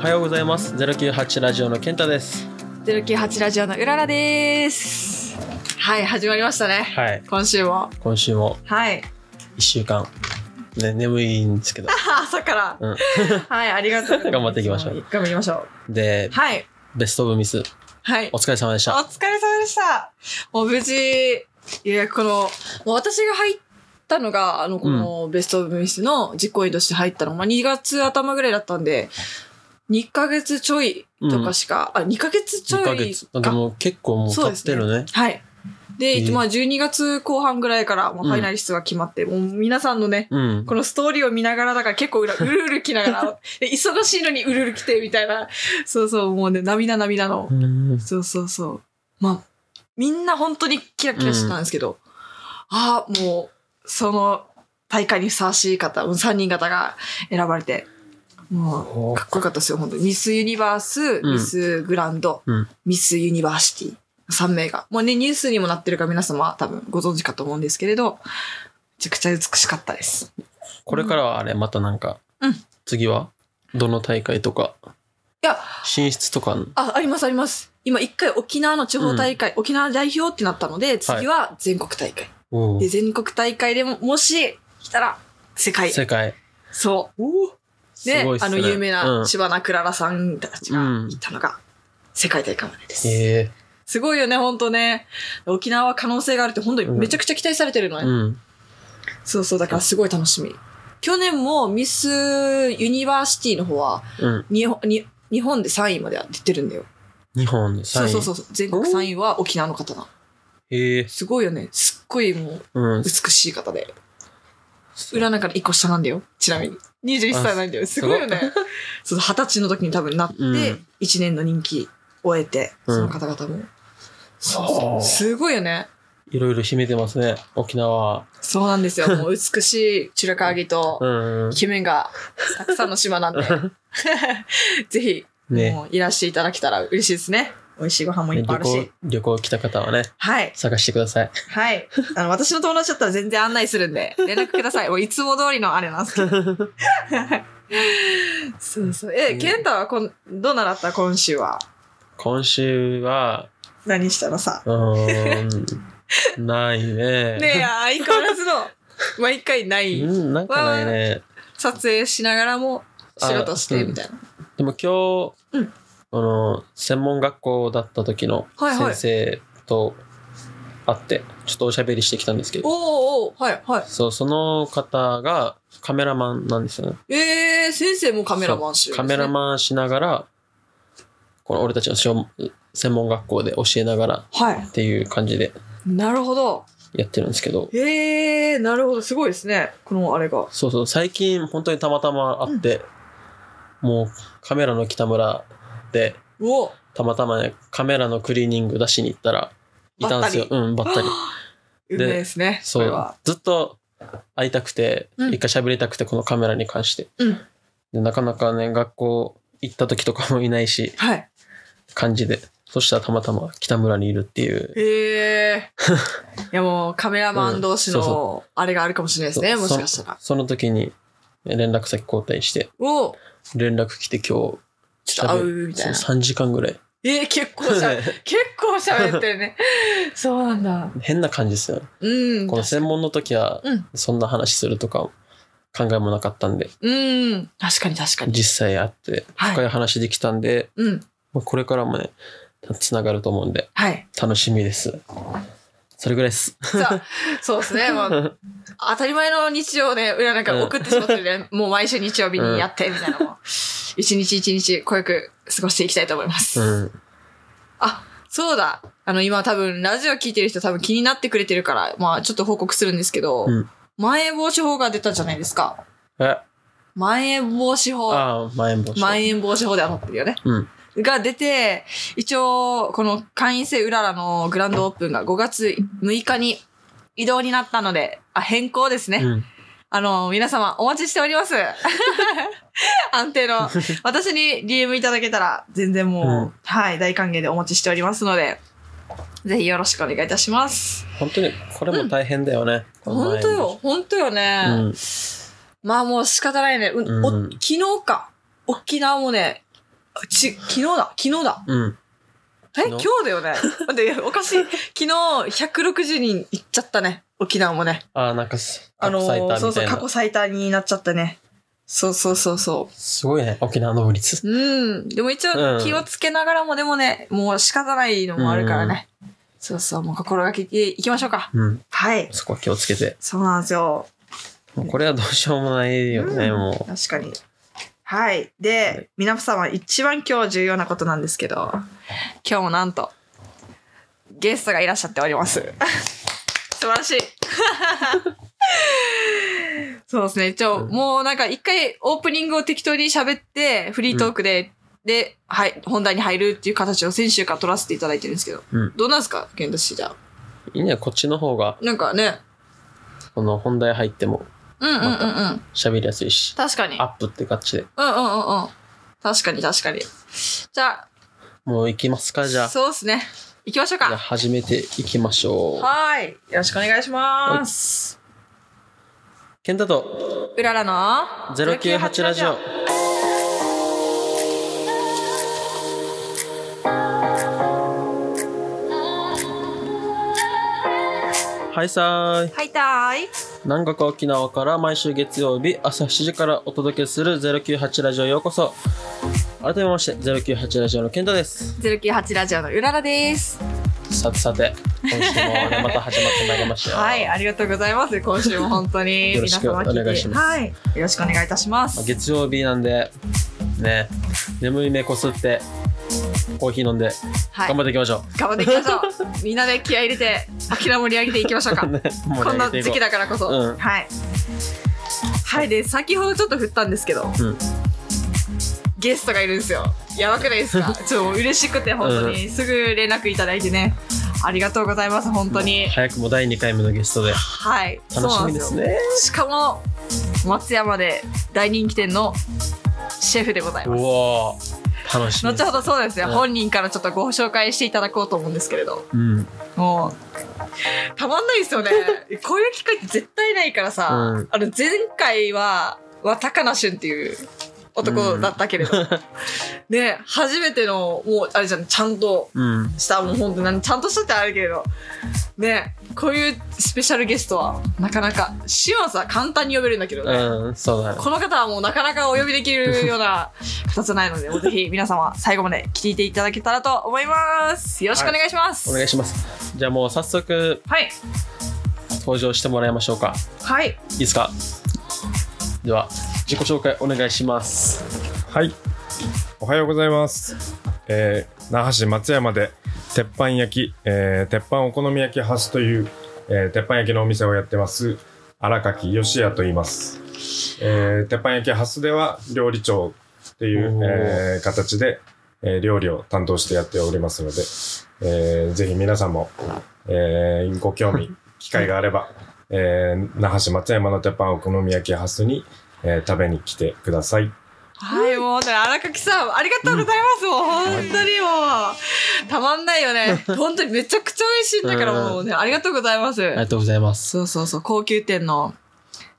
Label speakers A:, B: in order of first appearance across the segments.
A: はようございます。ゼロ九八ラジオの健太です。
B: ゼロ九八ラジオのうららです。はい、始まりましたね。
A: はい。
B: 今週も。
A: 今週も
B: はい。
A: 一週間ね眠いんですけど、
B: 朝から。
A: うん
B: はい、ありがとうございます。
A: 頑張っていきましょう。
B: 頑張りましょ
A: で
B: う。はい。
A: ベストオブミス
B: はい
A: お。疲れ様でし
B: お
A: た。
B: 疲れ様でした。もう無事、予約この、もう私が入ったのが、あの、このベストオブミスの実行委員として入ったの、まあ2月頭ぐらいだったんで、2ヶ月ちょいとかしか、あ、2ヶ月ちょ
A: 二ヶ
B: い
A: 月。
B: か。
A: でも結構もう経ってるね。
B: はい。で、
A: えー
B: まあ12月後半ぐらいからもうファイナリストが決まって、もう皆さんのね、
A: うん。
B: このストーリーを見ながらだから結構うらう るうるきながら、で忙しいのにうるうるきてみたいな、そうそう、もうね、涙涙の
A: う、ん
B: そうそうそう。まあ、みんな本当にキラキラしてたんですけど、ああ、もう、その大会にふさわしい方、3人方が選ばれて、も
A: お
B: う、
A: ー
B: かっこよかったですよ、本当に。ミスユニバース、
A: ん
B: ミスグランド、
A: うん
B: ミスユニバーシティ。3名が。もうね、ニュースにもなってるから皆様多分ご存知かと思うんですけれど、めちゃくちゃ美しかったです。
A: これからはあれまたなんか、
B: うん
A: 次はどの大会とか
B: いや、
A: 進出とか
B: あ、ありますあります。今一回沖縄の地方大会、沖縄代表ってなったので、次は全国大会。
A: お
B: で、
A: ー
B: 全国大会でも、もし、来たら、世界。
A: 世界。
B: そ
A: おー
B: う。で、あの、有名
A: う、
B: なん柴花クララさんたちが
A: うん
B: 行ったのが、世界大会までです。
A: え
B: すごいよね、ほんとね。沖縄は可能性があるって、本当にめちゃくちゃ期待されてるの
A: え
B: ね。
A: うん
B: そうそう、だからすごい楽しみ。去年もミスユニバーシティの方は、
A: うん
B: 日本、に日本で3位まで出てるんだよ。
A: 日本で
B: そ
A: 3
B: う
A: 位。
B: そうそう。全国3位は沖縄の方なの。
A: ええ
B: すごいよね。すっごいもう、
A: うん
B: 美しい方で。裏なんか1個下なんだよ。ちなみに。21歳なんだよ。すごいよね。そう、20歳の時に多分なって、
A: うん
B: 1年の人気終えて、
A: うん
B: その方々も。そう
A: は
B: そ
A: あ
B: う。すごいよね。
A: いろいろ秘めてますね沖縄。
B: そうな んですよ。もう美しいチュラカーギ
A: う
B: と、
A: ん
B: イケメンがたくさんの島なんで、ぜひ、
A: ね
B: もういらしていただけたら嬉しいですね。美味しいご飯もい
A: 旅
B: っぱいある
A: 行
B: し。
A: 旅行来た方はね
B: はい。
A: 探してくだ さい。
B: はい。あの、私の友達だったら全然案内する んで、連絡ください。もういつも通りのあれなんですけど。そうそう。え、ケンタはこん、どうなった今週は。
A: 今週は
B: 何したのさ。
A: うー んないね。
B: ねえ、相変 わらずの、毎回な
A: う
B: い。
A: んなんかないね。
B: 撮影しながらも、仕事し
A: あ
B: て、
A: うん
B: みたいな。
A: でも今日、
B: うん
A: あの専門学校だった時の
B: はい
A: 先
B: はい
A: 生と会ってちょっとおしゃべりしてきたんですけど、
B: おーおーはい、はい。
A: そうその方がカメラマンなんですよね。
B: えー、先生もカメラマン集、
A: そうカメラ
B: ン。
A: マンしながらこの俺たちのしょ専門学校で教えながら
B: はい
A: っ。ていう感じで
B: なるほど。
A: やってるんですけど
B: えー、なるほど。すごいですね。このあれが。
A: そうそう最近本当にたまたま会って、もうカメラの北村で
B: お
A: たまたまねカメラのクリーニング出しに行ったらいたんですようんばったり
B: 運命ですね。そ
A: そ
B: れ
A: う
B: は。
A: ずっと会いたくて、
B: うん
A: 一回喋りたくてこのカメラに関して
B: うん。
A: でなかなかね学校行った時とかもいないし
B: はい。
A: 感じでそしたらたまたま北村にいるっていう
B: へえ。いやもうカメラマン同士
A: うんそう
B: のあれがあるかもしれないですね、
A: そ
B: もしかしたら。
A: その時に連絡先交代して
B: おう
A: 連絡来て今日
B: ちょっと会うみたいな。
A: 3時間ぐらい
B: えー、結構しゃべ、結構しゃべってるね。そうなんだ。
A: 変な感じですよね
B: うん。
A: この専門の時は
B: うん
A: そんな話するとか考えもなかったんで
B: うん。確かに確かに。
A: 実際会って
B: はい
A: 深い話できたんで、
B: うん。
A: まあこれからもねつながると思うんで
B: はい。
A: 楽しみですそれぐらいです
B: さあ、そうですね。まあ、当たり前の日常をね、裏なんか送ってしまってるね。もう毎週日曜日にやって、みたいなのも。一日一日、こよく過ごしていきたいと思います。
A: うん
B: あ、そうだ。あの、今多分、ラジオ聞いてる人多分気になってくれてるから、まあ、ちょっと報告するんですけど、
A: うん
B: まん延防止法が出たじゃないですか。
A: え
B: まん延防止法。
A: ああまん延防止
B: まん延防止法で当たってるよね。
A: うん
B: が出て、一応、この会員制うららのグランドオープンが5月6日に移動になったので、あ、変更ですね。
A: うん
B: あの、皆様お待ちしております。 安定の。私に DM いただけたら、全然もう、
A: うん
B: はい、大歓迎でお待ちしておりますので、ぜひよろしくお願いいたします。
A: 本当にこれも大変だよね、このまん
B: 本
A: 延
B: 当
A: 防
B: よ、本当よね。
A: 止
B: まあもう仕方ないね。う
A: うん
B: お昨日か。沖縄もね、ち、昨日だ、昨日だ。
A: うん。
B: え、
A: 昨
B: 今
A: 日
B: 日だよね。 待っていや、おかしい。昨日、160人行っちゃったね。沖縄もね。
A: ああ、なんかす、
B: あ
A: 過
B: の
A: 去最多みたいな。
B: そうそう、過去最多になっちゃったね。そうそうそうそ
A: すごいね、沖縄のぶ率。
B: う。うん。でも一
A: う
B: 応
A: ん
B: 気をつけながらも、でもね、もう仕方ないのもあるからね。そうそう、もう心がけていきましょうか。
A: うん。
B: はい。
A: そこは気をつけて。
B: そうなんですよ。
A: もうこれはどうしようもないよね、
B: うん
A: も
B: 確かに。はい。で、
A: はい
B: 皆様一番今日重要なことなんですけど、今日もなんと、ゲストがいらっしゃっております。 素晴らしい。 そうですね。ちょ、
A: うん
B: もうなんか一回オープニングを適当に喋って、フリートークで、で、はい、本題に入るっていう形を先週から取らせていただいてるんですけど、
A: うん
B: どうなんですか玄太氏じゃあ。
A: う。いいね、こっちの方が、
B: なんかね、
A: この本題入っても
B: うんうんうんうん。
A: 喋りやすいし、
B: 確かに。
A: アップって感じで。
B: うんうんうんうん。確かに確かに。じゃあ、
A: もう行きますか、じゃあ。じ
B: そうですね。行きましょう
A: ゃあ
B: か。
A: 始めていきましょう。
B: はーい。よろしくお願いします。
A: 健太と
B: うららの
A: 098ラジオ。はいさーい
B: はいたーい。
A: 南国沖縄から毎週月曜日朝7時からお届けする098ラジオへようこそ改めまして098ラジオの健太です
B: 098ラジオのうららです。
A: さてさて今週も ねまた始まってまいりましたよ
B: はい、ありがとうございます。今週も本当に
A: よろしくお願い
B: 皆様聞て
A: します
B: はい、よろしくお願いいたします。
A: まあ月曜日なんでね眠い目こすってコーヒー飲んで
B: はい、
A: 頑張っていきましょう、。
B: 頑張っていきましょう。みんなで気合い入れて、秋ら盛り上げていきましょうか
A: ね、 もう
B: こんな
A: 投げて
B: 時
A: いこ
B: 期
A: う
B: だからこそ、
A: うん
B: はいはいで先ほどちょっと振ったんですけど、
A: うん
B: ゲストがいるんですよやばくないですか ちょっともう嬉しくて本当に、すぐ連絡いただいてねありがとうございます本当に、
A: 早くも第2回目のゲストで
B: はい
A: 楽しみです
B: そうなん
A: ね
B: よしかも松山で大人気店のシェフでございうます
A: おー楽しみで
B: 後
A: す
B: ほどそうですね、
A: うん
B: 本人からちょっとご紹介していただこうと思うんですけれど
A: うん
B: もう、たまんないです よね。こういう機会って絶対ないからさ、
A: うん
B: あの、前回は、は高名俊っていう男だったけれど、 ね、初めての、もう、あれじゃん、ちゃんと
A: うん
B: した、もう本当なんちゃんとしたってあるけれど、ね、こういうスペシャルゲストは、なかなか、シオンさ、簡単に呼べるんだけどね。
A: うんそうだね
B: この方はもうなかなかお呼びできるような方じゃないの で、もうぜひ皆様最後まで聞いていただけたらと思います。よろしくお願いします。
A: お願いしますじゃあもう早速
B: はい。
A: 登場してもらいましょうか
B: はい。
A: いいですかでは自己紹介お願いします
C: はい。おはようございます。えー、那覇市松山で鉄板焼き、えー、鉄板お好み焼き橋という、えー、鉄板焼きのお店をやってます荒垣義也と言います。えー、鉄板焼き橋では料理長ってい
A: お
C: う
A: ー、
C: えー形で、えー料理を担当してやっておりますので、えー、ぜひ皆さんも、えー、ご興味、機会があれば、 えー、那覇市松山の鉄板お好み焼き橋に、えー食べに来てください。
B: はい、もうね、荒垣さん、ありがとうございます。もう、本当にもう、たまんないよね。 本当にめちゃくちゃ美味しいんだから、
A: うん
B: もうね、ありがとうございます。
A: ありがとうございます
B: そうそうそう、高級店の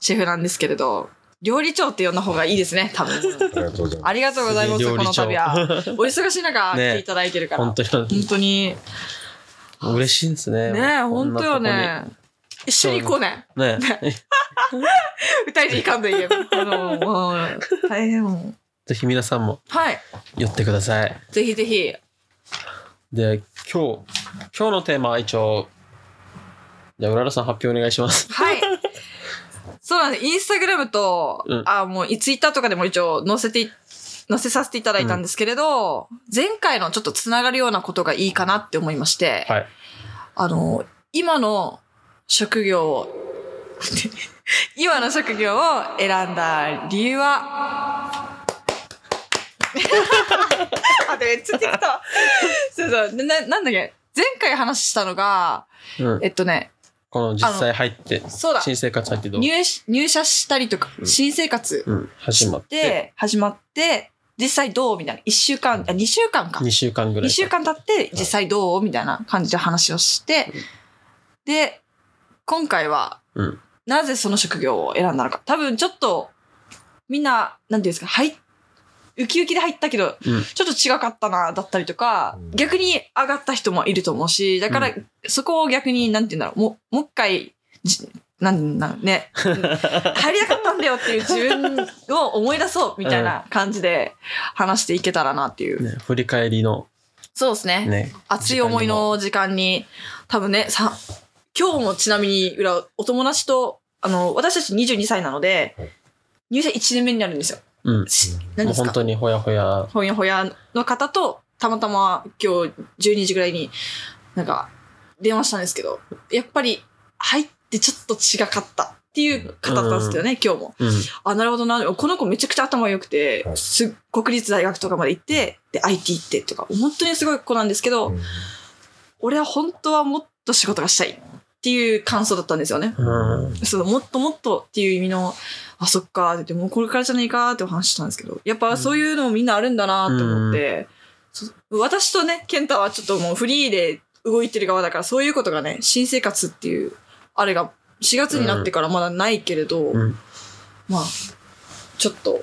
B: シェフなんですけれど、料理長って呼んだ方がいいですね、多分。
C: ありがとうございます。
B: ありがとうございます、
A: すげえ料
B: こ
A: 理
B: の
A: 長
B: 度 は。お忙しい中、来
A: ね
B: ていただいてるから。
A: 本当
B: 本
A: に
B: 当に。
A: 嬉しいですね
B: ね
A: こん
B: 本
A: な
B: 当
A: とこ
B: よ
A: に
B: ね。一緒に行こうね。
A: ね
B: 歌いでいかんといえば。あの、もう、大変もん。
A: ぜひ皆さんも
B: はい。
A: 寄ってください
B: ぜひぜひ。
A: で今日今日のテーマは一応じゃあうららさん発表お願いします
B: はい。そうなんです。インスタグラムと、
A: うん
B: あ、もう、ツイッターとかでも一応載せてい、載せさせていただいたんですけれど、前回のちょっとつながるようなことがいいかなって思いまして、
A: はい
B: あの、今の職業を、 今の職業を選んだ理由は、 あ、でめっちゃ適当。そうそう、な、なんだっけ前回話したのが、
A: うん
B: えっとね、
A: この実際入って
B: そうだ、
A: 新生活入ってどう
B: 入社入社したりとか、
A: うん
B: 新生活
A: うん始まって
B: で始まって、実際どうみたいな。1週間、あ、2週間か。
A: 2週間ぐら
B: 2
A: い
B: 週間経って、実際どうみたいな感じで話をして、で、今回は
A: うん、
B: なぜその職業を選んだのか。多分ちょっと、みんな、なんていうんですか、はい、ウキウキで入ったけど、
A: うん
B: ちょっと違かったな、だったりとか
C: うん、
B: 逆に上がった人もいると思うし、だから、そこを逆に、なんて言うんだろう、もう、もう一回、じなんなんね、入りたかったんだよっていう自分を思い出そう、みたいな感じで話していけたらなっていう。
A: ね、振り返りの
B: そうですね。
A: ね。
B: 熱い思いの時間に、多分ね、さ、今日もちなみに、裏、お友達と、あの、私たち22歳なので
C: はい、
B: 入社1年目になるんですよ。
A: うん。
B: し
A: も
B: 何
A: う
B: です
A: 本
B: か
A: 当にほやほや。
B: ほやほやの方と、たまたま今日12時ぐらいに、なんか、電話したんですけど、やっぱり、入ってちょっと違かったっていう方だったんですけどね、今日も。
A: うん。
B: あ、なるほどな。この子めちゃくちゃ頭良くて
C: は、い
B: す国立大学とかまで行って、で、IT 行ってとか、本当にすごい子なんですけど、
C: うん
B: 俺は本当はもっと仕事がしたいっていう感想だったんですよね。
A: うん。
B: そう、もっともっとっていう意味の、あ、そっか、って言って、もうこれからじゃないかってお話ししたんですけど、やっぱそういうのもみんなあるんだなと思って、そ私とね、健太はちょっともうフリーで動いてる側だから、そういうことがね、新生活っていう、あれが4月になってからまだないけれど、
A: うん
B: まあ、ちょっと、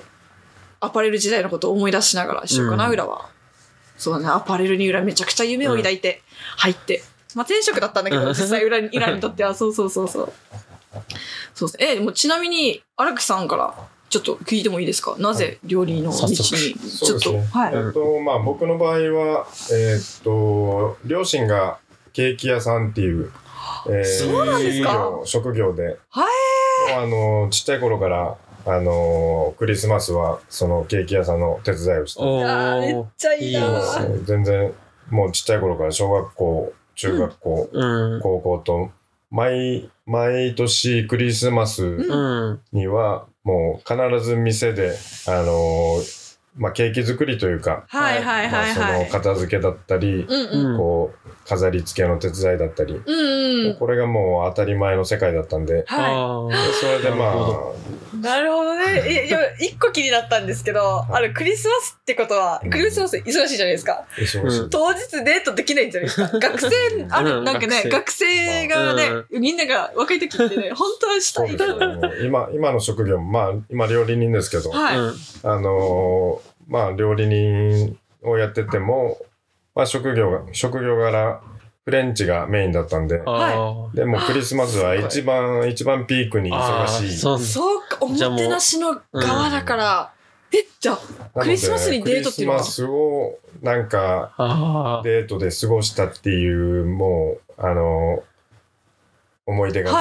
B: アパレル時代のことを思い出しながらしようかな、
A: うん
B: 裏は。そうだね、アパレルに裏めちゃくちゃ夢を抱いて、入って。まあ、転職だったんだけ
A: うん
B: ど、実際裏に、裏にとっては、そうそうそうそう。そうですね。え、でもちなみに、荒木さんから、ちょっと聞いてもいいですかなぜ料理の道に、
A: 早速
B: ち
C: そ
B: ょ
C: う
B: っ
C: です
B: と、
C: ね。
B: はい。
C: えっと、まあ僕の場合は、えっと、両親がケーキ屋さんっていう、えー
B: そうなんですか
C: 業職業で、
B: は
C: もうあの、ちっちゃい頃から、あの、クリスマスはそのケーキ屋さんの手伝いをしてて、
A: お
B: あーめっ
A: ー。
B: ちゃいい
A: いい
B: な
A: ですね
B: ぁ。
C: 全然、もうちっちゃい頃から小学校、中学校、
A: うん。
C: 高校と、毎、毎年クリスマス
A: うん。
C: には、もう必ず店で、あの、まあケーキ作りというか、
B: はいはい
C: ま
B: は
C: あ、
B: い
C: そ
B: は
C: の
B: い。
C: 片付けだったり、
B: うんうん。
A: うん。
C: こう飾り付けの手伝いだったり、
B: うんうん。
C: これがもう当たり前の世界だったんで
B: は
A: あ
C: でそれでま
A: なるほ
C: あ
B: い。 なるほどね。いいや、一個気になったんですけど、あれ、クリスマスってことは、クリスマス忙しいじゃないですか。
C: 忙しいです、
A: うん
B: 当日デートできないんじゃない ですか。学生、あ
A: う
B: る、
A: ん
B: なんかね、
A: 学
B: 学生がね、みんなが若い時ってね、本当はした
C: そう
B: い
C: で
B: け
C: す
B: ど。
C: ねもう今今の職業もまあ今料理人ですけど、
B: はい。
A: うん。
C: あのーまあ料理人をやってても、まあ、職業が職業柄フレンチがメインだったんで
A: あ
C: でもクリスマス
B: すご
C: は
B: い
C: 一番一番ピークに
A: あ
C: 忙
A: ー。
C: しい
A: そうです。
B: そうか、おも
A: じゃあもう
B: てなしの側だから、え、じゃあ、
C: なので
B: クリスマスにデートっていうのは
C: クリスマスをなんか
A: ああ。
C: デートで過ごしたっていうもうあの思い出が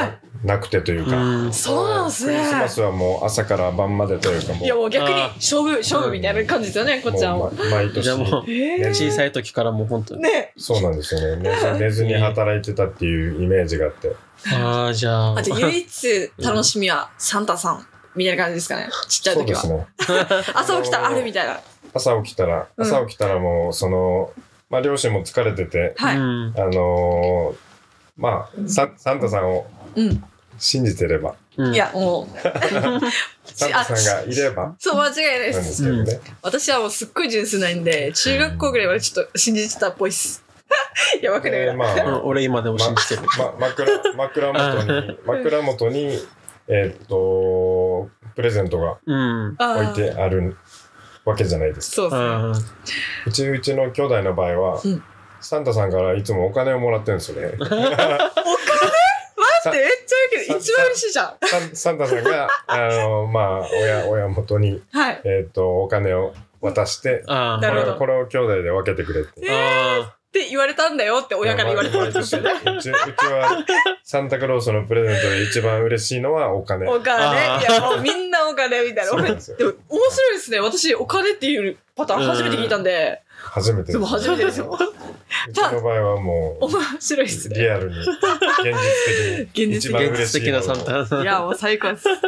C: な,、
B: はい
C: くてというか、
A: うん。
B: そうなんですね
C: クリスマスはもう朝から晩までというかもう
B: いやもう逆に
A: あー
B: 勝負、勝負みたいな感じですよね、こっちゃん
C: も
B: は
C: う。ま毎
A: じゃあも
C: 年
A: う、
B: え
C: ね
A: 小さい時からもう本当に。
B: ね
C: そうなんです よね寝ず寝ずに働いてたっていうイメージがあって
A: ああ、じゃあ
B: あ、。じゃあ唯一楽しみはサンタさん。みたいな感じですかね。ちっちゃい
C: そう
B: 時
C: で
B: は。
C: すね
B: 朝起きたらあるみたいな。
C: 朝起きたら
B: うん
C: 朝起きたらもうその、まあ、両親も疲れてて
B: はい。
A: うん。
C: あのーまあササンタさんを
B: うん。
C: 信じてれば
A: うん
B: い。や、もう、
C: サンタさんがいれば
B: そう、間違いない
C: な
B: で。
C: んですすけどね、
B: 私はもうすっごい純粋なんで、中学校ぐらいまでちょっと信じてたっぽいっす。 やばくない
C: で
B: な。
C: まあ
A: うん俺今でも信じてる。
C: ま、枕枕元に枕元にえーっとプレゼントが
A: うん。
B: あ
C: 置い
B: ー
C: てあるわけじゃないです
B: そうですね。
A: あ
C: うちうちの兄弟の場合は、
B: うん
C: サンタさんからいつもお金をもらってるんです よね
B: 待って、めっちゃいいけど、
C: さ
B: 一番嬉しいじゃん。
C: サンサンタさんがあのまあ親親元に
B: はい。
C: えーっとお金を渡して
A: あ。
C: こ
B: なる
C: れ
B: ほど
C: をこれを兄弟で分けてくれって
B: え
A: あ
B: って言われたんだよって親から言われた
C: 毎
B: んだ
C: 年うちうちはサンタクロースのプレゼントで一番嬉しいのはお金
B: お金
A: あー
B: いやもうみんなお金みたいな。
C: そう
B: 俺でも
C: なんですよ
B: 面白いですね。私お金っていうパターン初めて聞いたんで、
C: 初めて
B: でも初めてですよ。
C: うちの場合はもう
B: 面白いですね。
C: リアルに、現 実的に。
B: 現実的に
C: 一
A: あ。
C: 番
A: 現
C: 嬉
A: 実
C: しい
A: 的
C: も
A: な
C: の
A: サンタ。
B: いやもう最高です。
C: は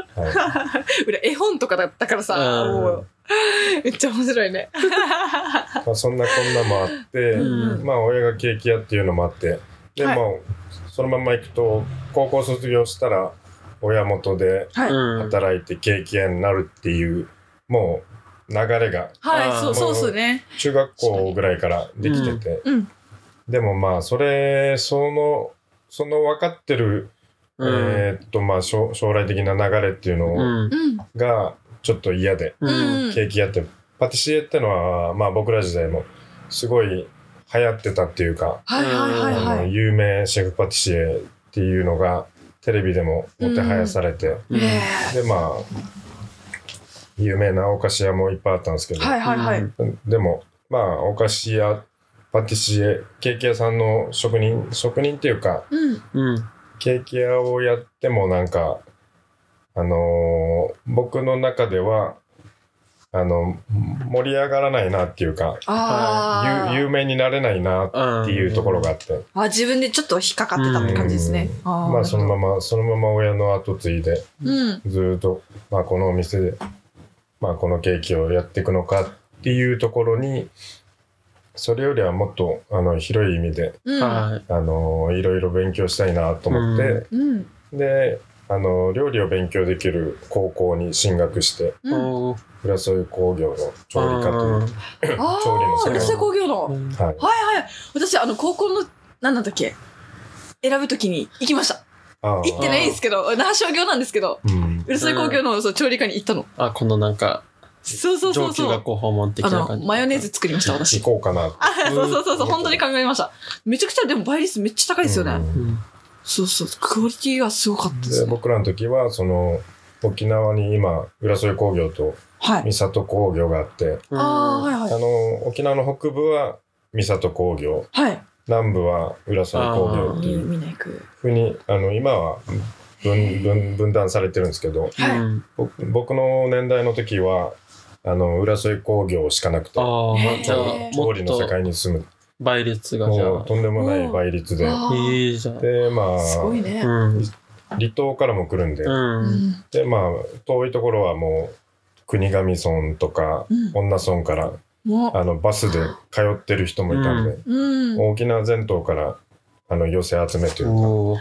B: 裏絵本とかだったからさ、
A: うん
B: もうめっちゃ面白いね。
C: いまあ、そんなこんなもあって、
A: うん
C: まあ、親がケーキ屋っていうのもあって、で、
B: はい
C: まあ、そのまんま行くと、高校卒業したら、親元で
B: はい。
A: うん。
C: 働いてケーキ屋になるっていう、もう、流れが、
B: は
A: あー
B: い、そうそうそうね。
C: 中学校ぐらいからできてて、
B: うん。
C: でもまあ、それ、その、その分かってる、
A: うん。
C: えーっと、まあ将、将来的な流れっていう
A: う
C: の
A: ん。
B: うん。
C: が、ちょっと嫌で、
B: うん。
C: ケーキ屋ってパティシエってのは、まあ僕ら時代もすごい流行ってたっていうか、
B: はいはい
A: うん
B: はい
C: あ
B: は
C: の
B: い。
C: 有名シェフパティシエっていうのがテレビでももてはやされて、
A: うん
B: ね
C: でまあ有名なお菓子屋もいっぱいあったんですけ
B: え
C: ど、
B: はいはいは
A: う
B: い
A: ん。
C: でもまあお菓子屋パティシエケーキ屋さんの職人職人っていうか
B: うん。
A: うん。
C: ケーキ屋をやってもなんかあのー僕の中ではあの盛り上がらないなっていうか
B: ああ。
C: 有有名になれないなっ
A: って
C: いうところがあって、
B: あ、自分でちょっと引っかかってたって感じですね。
C: うん
B: あー
C: まあその。
B: なる
C: ままそのまま親の後継い
B: ほ
C: で
B: どうん。
C: ずーっと、まあ、このお店で、まあ、このケーキをやっていくのかっていうところにそれよりはもっとあの広い意味で、
B: うん。
A: はい。
C: あのーいろいろ勉強したいなと思って。
A: う
B: うん。
C: であの料理を勉強できる高校に進学して
B: うん。
A: おー
C: 浦添工業の調理科という、
A: うん
B: あ
C: 調理の
B: あ、
C: 世界
B: 浦添工業の。
C: はい、
B: はいはい。私、あの、高校の、何だったっけ選ぶときに行きました。
C: ああ
B: 行ってないんですけど、那覇商業なんですけど、
C: うん、
B: 浦添工業のそう調理科に行ったの。
A: あ、このなんか、
B: そうそうそ
A: 上
B: う
A: 級
B: そう
A: 学。校訪問的
B: あ
A: な
B: の
A: 感、じ。
B: マヨネーズ作りました、私
C: 行。こうかな
B: あ、そうそうそうそう、本当に考えました。めちゃくちゃ、でも倍率めっちゃ高いですよね。
C: うん
A: うん。
B: そうそう、クオリティがすごかったで
C: です
B: ね。
C: 僕らの時はその沖縄に今浦添工業と
B: はい。
C: 三郷工業があって
B: ああ、はい
C: あ
B: はい。
C: の沖縄の北部は三郷工業
B: はい。
C: 南部は浦添工業って
B: 見
C: いう
B: 見ないく。
C: ふうにあの今は分分分断されてるんですけど
B: はい
A: うん
C: 僕僕の年代の時はあの浦添工業しかなくて
A: あ
B: へ
A: あ、
B: ー
A: じゃあ、も
C: 調
A: っ
C: 理の世
A: と
C: 界に住む
A: 倍率がじゃ
C: もう
A: あ
C: とんでもない倍率で
B: わあ
A: いいじゃん。
C: でまあ
B: すごいね。
A: うん。
C: 離島からも来るんで、
B: う
A: うん。
B: ん。
C: でまあ遠いところはもう国頭村とか
B: うん
C: 女村から
B: も
C: あのバスで通ってる人もいたんで、
B: う、うん。
C: 沖縄全島からあの寄せ集めというか
A: おー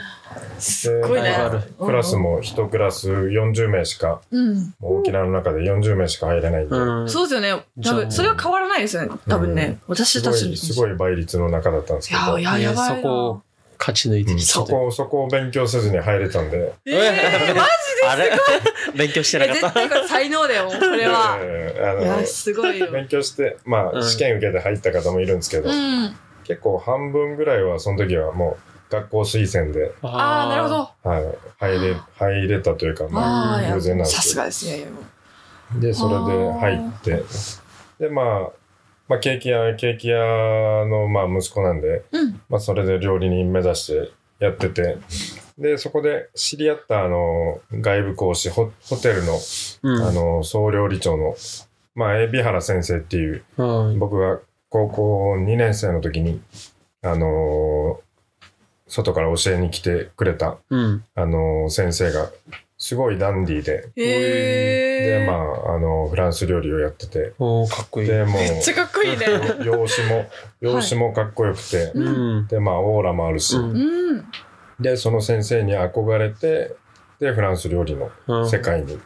B: すっごいね
A: ライバル。
B: うん
C: クラス。も1クラス40名しか
B: うん。
C: もう沖縄の中で40名しか入れないんで、
A: うん。
B: そうですよね。多分、それは変わらないですよね。多分ね。私
C: す
B: た
C: ご
B: ちの
C: いすごい倍率の中だったんです
B: い
C: けど、
B: や、いや、やばいな。
A: そこを勝ち抜いて
C: うん
A: きた
C: そ
A: という。
C: こそこを勉強せずに入れたんで。
B: えー、マ
A: あ れ勉強して
B: ジで
A: なかった。
B: 絶対これ才能だよ、これは。
C: え
B: い
C: ーあ
B: や、
C: の
B: すごいよ。
C: 勉強して、まあ、
A: うん
C: 試験受けて入った方もいるんですけど、
B: うん。
C: 結構半分ぐらいはその時はもう学校推薦で、
B: ああ、なるほ
A: あ
B: ど。
C: はい、入れ入れたというか、ま
B: あ
C: あ、
B: あ
C: 偶然なん
B: ー、
C: で
B: さす
C: す
B: がですね。
C: けどでそれで入ってで、まあ、まあケーキ屋ケーキ屋のまあ息子なんで、
B: うん。
C: まあ、それで料理人目指してやっててでそこで知り合ったあの外部講師ホホテルの
A: ー。うん
C: あの総料理長の、まあ、海老原先生っていう
A: はい
C: 僕が高校2年生の時に、あのー外から教えに来てくれた、
A: うん。
C: あのー先生がすごいダンディーで、
B: へえ。
C: でまあ、あのーフランス料理をやってて
A: おーかっこいい。
C: でも
B: めっちゃかっこいいね。
C: う容姿も容姿もかっこよくて、
A: うん。
C: でまあオーラもあるし、
A: うん
B: うん。
C: でその先生に憧れてでフランス料理の
A: うん
C: 世界に、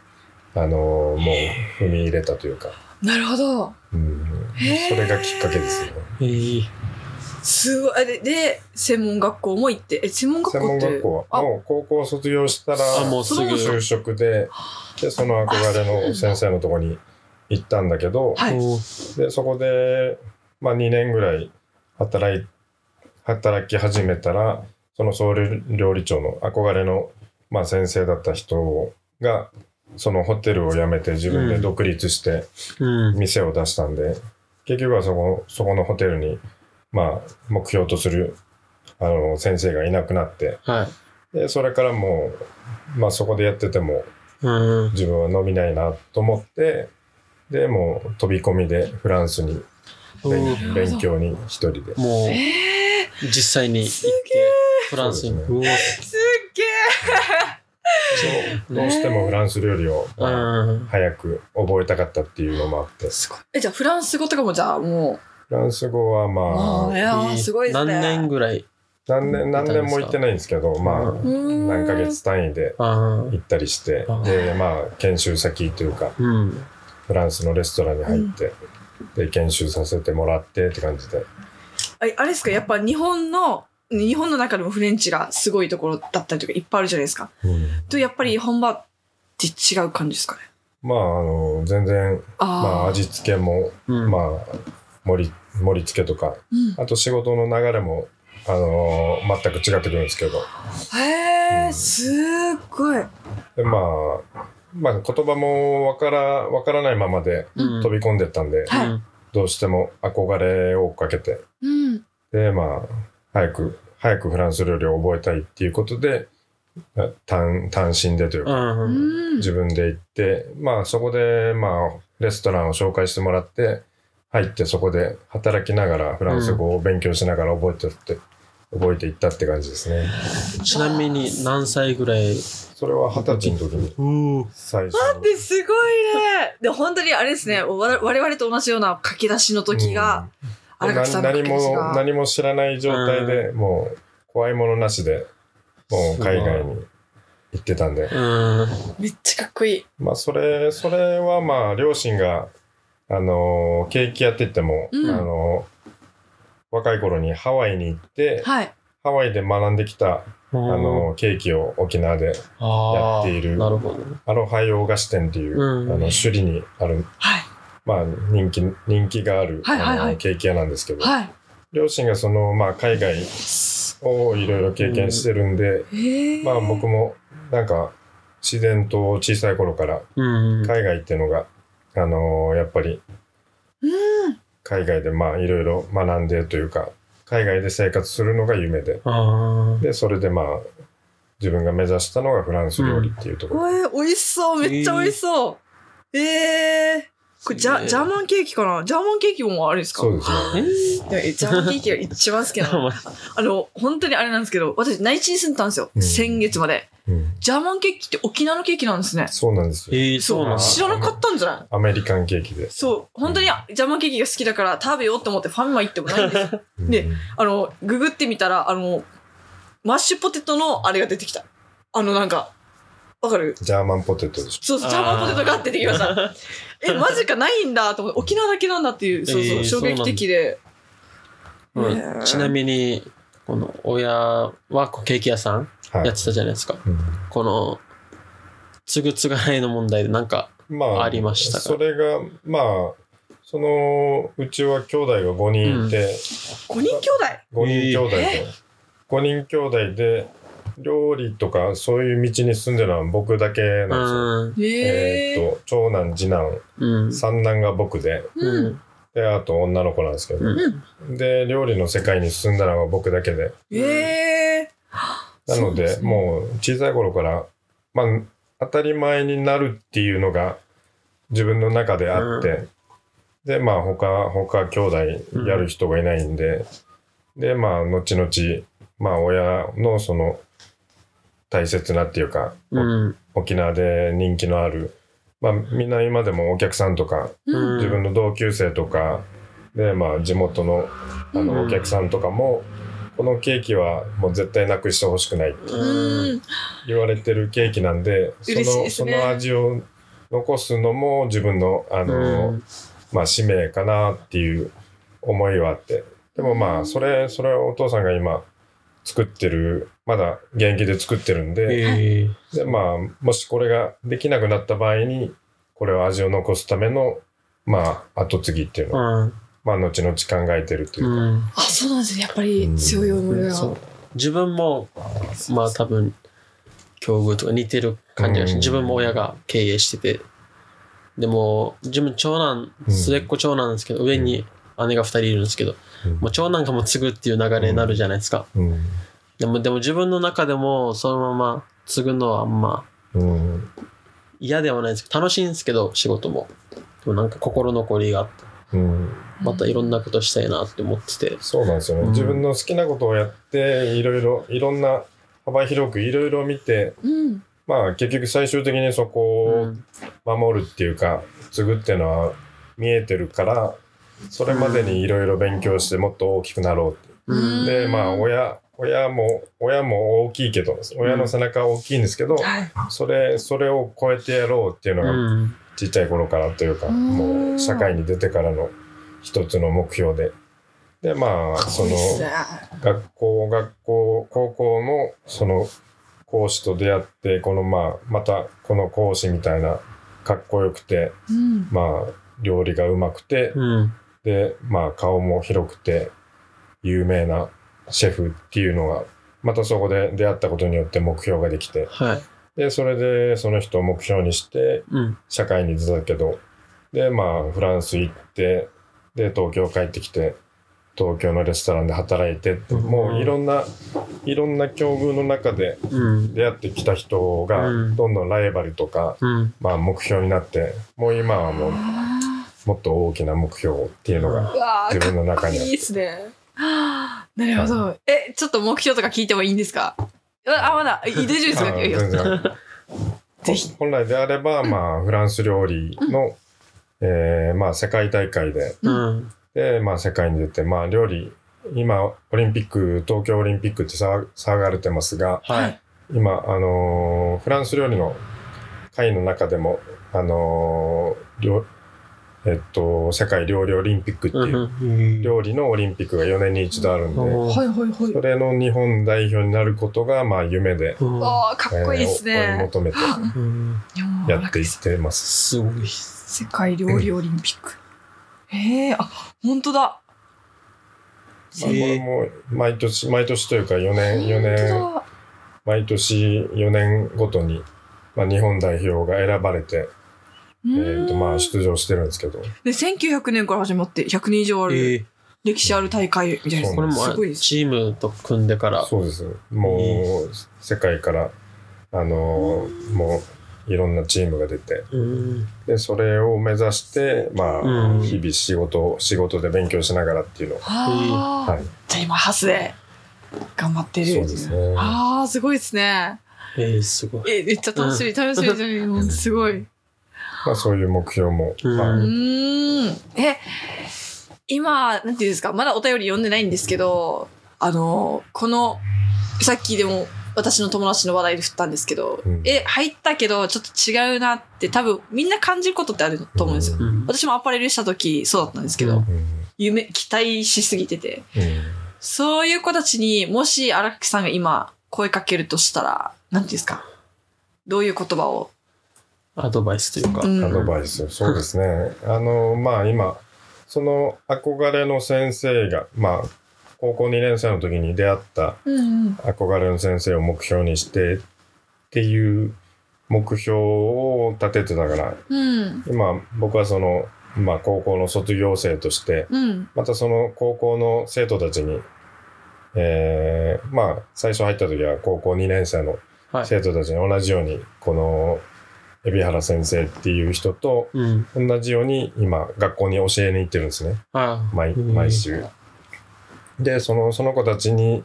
C: あのーもう踏み入れたというか、
B: なるほど。
C: うん、
B: へー
C: それがきっかけですね。
A: いい。
B: すごい。あで、で、専門学校も行って、え、専門学
C: 専
B: 校
C: 門
B: って。
C: 学校
B: あ
C: はもう高校卒業したら
A: あ、もうすぐ。
B: その
C: 就職ででその憧れの先生のとこに行ったんだけど
B: はい。
A: おー
C: でそこで、まあ、2年ぐらい働い働き始めたらその総料理長の憧れの、まあ、先生だった人がそのホテルを辞めて自分で独立して
A: うん。
C: 店を出したんで、結局はそこそこのホテルに、まあ、目標とするあの先生がいなくなって。
A: はい。
C: でそれからもう、まあ、そこでやってても
A: うん。
C: 自分は伸びないなと思ってでもう飛び込みでフランスに
A: お
C: 勉
A: ー
C: 勉強に一人で
A: もう、
B: えー、
A: 実際に行って、フランスに。
C: そう
A: うわ
B: すっげ
C: どうしてもフランス料理を、まあ
A: うん。
C: 早く覚えたかったっていうのもあって
B: え。すごい。え、じゃあ、フランス語とかも、じゃあ、も
C: フランス語は
B: う。ああ、い
C: まあ
B: やー、すごいですね。
A: 何年ぐらい
C: 何年何年も行ってないんですけどまあ
A: う
B: うん
C: 何ヶ月単位で
A: あ
C: 行ったりして
A: あ
C: でまあ研修先というか
A: あ。うん。
C: フランスのレストランに入って、で研修させてもらってって感じ
B: あ
C: で
B: あれですか、やっぱ日本の、日本の中でもフレンチがすごいところだったりとかいっぱいあるじゃないですか。と、やっぱり本場って違う感じですかね。
C: まあ、あの、全然、まあ、
B: あー
C: 味付けも、
A: うん
C: まあ、盛り、盛り付けとか、
B: うん
C: あと仕事の流れも、あのー全く違ってくるんですけど、
B: へ
C: う
B: え、
C: ん
B: すっごい。
C: でまあ、まあ、言葉もわから、わからないままで
A: うん
C: 飛び込んでったんで、
B: はい
A: うん
C: どうしても憧れを追っかけて、
B: うん。
C: で、まあ、早く、早くフランス料理を覚えたいっていうことで、あ単、単身でという
A: う
C: か、
A: ん
B: う
A: うん
B: ん。
C: 自分で行って、まあ、そこで、まあ、レストランを紹介してもらって、入ってそこで働きながら、フランス語を勉強しながら覚えてって、覚えていったって感じですね。
A: ちなみに何歳ぐらい
C: それは二十歳の時に
A: お
C: 最初
B: 待
C: の
B: って、すごいね。で、本当にあれですね、わ我々と同じような書き出しの時が、
C: うん
B: 荒垣さんの
C: な
B: 書
C: 何
B: き出し
C: も
B: が。
C: 何も知らない状態で、もう怖いものなしでもう海外に行ってたんで
A: うん
B: めっちゃかっこいい。
C: まあそれそれはまあ両親があのーケーキ屋って言っても、
B: うん
C: あのー若い頃にハワイに行って、
B: はい。
C: ハワイで学んできた、
A: あ
C: あのーケーキを沖縄で
A: あー
C: やっている
A: なるほどね
C: アロハ洋菓子店っていう、
A: うん
C: あの首里にある、
B: はい。
C: まあ、人気人気がある、
B: はいはいはい
C: あのケーキ屋なんですけど、
B: はい。
C: 両親がその、まあ、海外をいろいろ経験してるんで、
B: へえ。
C: まあ僕もなんか自然と小さい頃から
A: うん
C: 海外っていうのが、あのーやっぱり
B: うん。
C: 海外でまあいろいろ学んでというか海外で生活するのが夢で
A: あ
C: でそれでまあ自分が目指したのがフランス料理っていうところ、
B: えー、美味しそう。めっちゃ美味しそう。ええ。これジャ、ジャーマンケーキかなジャーマンケーキもあれですか
C: そうですね
A: え
B: いやジャーマンケーキが一番好きな の。あの、本当にあれなんですけど、私、内地に住んでたんですよ。
C: うん
B: 先月まで。
C: うん、
B: ジャーマンケーキって沖縄のケーキなんですね。
C: そうなんです
A: え
C: よ
A: ー、そうなんだ
B: 知らなかったんじゃない
C: アメリカンケーキです、
B: そう。本当にジャーマンケーキが好きだから食べようと思ってファミマ行ってもないん ですよ。
C: うん
B: ねあの、ググってみたら、あの、マッシュポテトのあれが出てきた。あの、なんか、わかる
C: ジャーマンポテトでし
B: そうそ
A: あー
B: う、ジャーマンポテトが出てき ました。え、マジかないんだと思って、沖縄だけなんだっていう、そうそう、
A: えー
B: 衝撃的で。
A: うん
B: へー
A: ちなみにこの親はこうケーキ屋さん
C: ょ、はい
A: やってたじゃないですか
C: うん
A: この継ぐ継がないの問題でなんか
C: まあ
A: ありましたか
C: それがまあそのうちは兄弟が5人いて、
B: 5人兄弟
C: 5人兄弟
B: え
C: で、五人兄弟で料理とかそういう道に進んでるのは僕だけ
A: う
C: なん
A: ん
C: ですよ。え
B: えー
C: ーっと長男次男
A: うん
C: 三男が僕で
A: う
B: うんん。
C: であと女の子なんですけど、
B: うん。
C: で料理の世界に進んだのは僕だけで
B: ええ
C: な
B: そ
C: ので
B: うですね
C: もう小さい頃から、まあ、当たり前になるっていうのが自分の中であって、でまあ他他兄弟やる人がいないんで、でまあ後々まあ親のその大切なっていうか、
A: うん
C: 沖縄で人気のあるまあみんな今でもお客さんとか
A: うん
C: 自分の同級生とかでまあ地元のあ
A: うん
C: のお客さんとかも、このケーキはもう絶対なくしてほしくない
A: うん
B: うん。
C: 言われてるケーキなんでそ
B: 嬉しい
C: の
B: です
C: そ
B: ね
C: の味を残すのも自分のあの、
A: うん
C: まあ、使命かなっていう思いはあってでもまあそれそれはお父さんが今作ってるまだ現役で作ってるんで,、
A: えー
C: でまあ、もしこれができなくなった場合にこれを味を残すための、まあ、後継ぎっていうのを、
A: うん
C: まあ、後々考えてるというか、
A: うん
B: あ、そうなんですね。やっぱり強い思いが。
A: そう自分もまあ多分境遇とか似てる感じがし
C: うん
A: 自分も親が経営しててでも自分長男
C: うん
A: 末っ子長男なんですけど上に姉が2人いるんですけど
C: うん
A: もう長男がもう継ぐっていう流れになるじゃないですか
C: うん
A: でもでも自分の中でもそのまま継ぐのはあんま
C: うん
A: 嫌ではないんですけど楽しいんですけど仕事もでもなんか心残りがあって
C: うん
A: またいろんなことしたいなって思ってて
C: そうなんですよね、
A: うん
C: 自分の好きなことをやっていろいろいろんな幅広くいろいろ見て
B: うん。
C: まあ結局最終的にそこ
A: う
C: を守るっていうか、継ぐっていうのは見えてるからそれまでにいろいろ勉強してもっと大きくなろうって、
A: ん
C: でまあ
B: うん
C: 親親も親も大きいけど親の背中は大きいんですけど、
B: はい。
C: それそれを超えてやろうっていうの
A: う
C: が
A: ん
C: ちっちゃい頃からというか、
B: うん
C: もう社会に出てからの一つの目標で。でまあその
B: いいっすね
C: 学校学校高校のその講師と出会ってこのまあまたこの講師みたいなかっこよくて、
B: うん。
C: まあ、料理がうまくて、
A: うん。
C: で、まあ、顔も広くて、有名なシェフっていうのが、またそこで出会ったことによって目標ができて、
A: はい。
C: で、それでその人を目標にして、
A: うん。
C: 社会に出たけど、で、まあ、フランス行って、で、東京帰ってきて、東京のレストランで働いてって、
A: うん
C: もういろんな、いろんな境遇の中で
A: うん。
C: 出会ってきた人が
A: うん、
C: どんどんライバルとか、
A: うん。
C: まあ、目標になって、もう今はもう、もっと大きな目標っていうのが
B: うわー
C: 自分の中
B: い
C: にあっ
B: いで。
C: て
B: すね。はあなるほど。え、ちょっと目標とか聞いてもいいんですかうわあ、まだ、いい大丈夫です
C: あ
B: かいいよ
C: 全然
B: ぜひ。
C: 本来であれば、まあ、フランス料理の、えーまあ、世界大会で、
A: うん。
C: で、まあ、世界に出て、まあ、料理、今、オリンピック、東京オリンピックって騒騒がれてますが、
A: はい。
C: 今、あのーフランス料理の会の中でも、あのー料えっと、世界料理オリンピックって
A: う
C: いう、
A: ん。
C: 料理のオリンピックが4年に一度あるんで、
A: おー
B: いはいはい
C: それの日本代表になることが、まあ、夢で、
A: うん
B: わあ、かっこいいです
C: えー追い
B: ね。
C: 求めて
A: うん
B: いやもう
C: やっていってます。
A: す ごいっす。
B: 世界料理オリンピック。へえ、あ、本当だ。
C: まあこれも毎年、毎年というか4年、4年、
B: 本
C: 毎年4年ごとに、まあ、日本代表が選ばれて、え
B: 当だ
C: ーと
B: う
C: ま
B: ーん
C: あ、出場してるんですけど、
B: で、1900年から始まって、100年以上ある、
A: え
B: 歴史ある大会みたい
A: ー、
B: なや
C: そう
B: つ。
A: これもあ
B: すごい
A: れ
B: です。
A: チームと組んでから。
C: そうです。もう、世界から、あのーもう、いろんなチームが出て、
A: うん。
C: で、それを目指して、ま
A: うん
C: あ、日々仕事を、仕事で勉強しながらっていうのを、
B: はあ、
C: はい。
B: じゃあ今、ハスで頑張ってる。
C: そうですね。
B: ああ、すごいですね。
A: えー、すごい。
B: え、めっちゃ楽しみ、楽しみ、楽しみもう すごい。う
C: まあ、そういう目標も、
A: うん
C: まあ、
B: ーん。え、今、なんていうんですか、まだお便り読んでないんですけど、あの、この、さっきでも私の友達の話題で振ったんですけど、
C: うん
B: え、入ったけど、ちょっと違うなって、多分みんな感じることってあると思うんですよ。
C: うん
A: うん
B: 私もアパレルした時そうだったんですけど、
A: うん
C: うん、
B: 夢、期待しすぎてて。
C: うん。
B: そういう子たちにもし荒木さんが今声かけるとしたら、なんていうんですかどういう言葉を、
A: アドバイスというか。
B: うん
C: アドバイス、そうですね。 あの、まあ今、その憧れの先生が、まあ、高校2年生の時に出会った
B: うんうん、
C: 憧れの先生を目標にしてっていう目標を立ててたから、
B: うん、
C: 今僕はその、まあ高校の卒業生として、
B: うん、
C: またその高校の生徒たちに、えー、まあ最初入った時は高校2年生の
A: はい。
C: 生徒たちに同じように、この、海老原先生っていう人と、
A: うん。
C: 同じように今学校に教えに行ってるんですね
A: あ
C: 毎
A: うん
C: 毎週。でそのその子たちに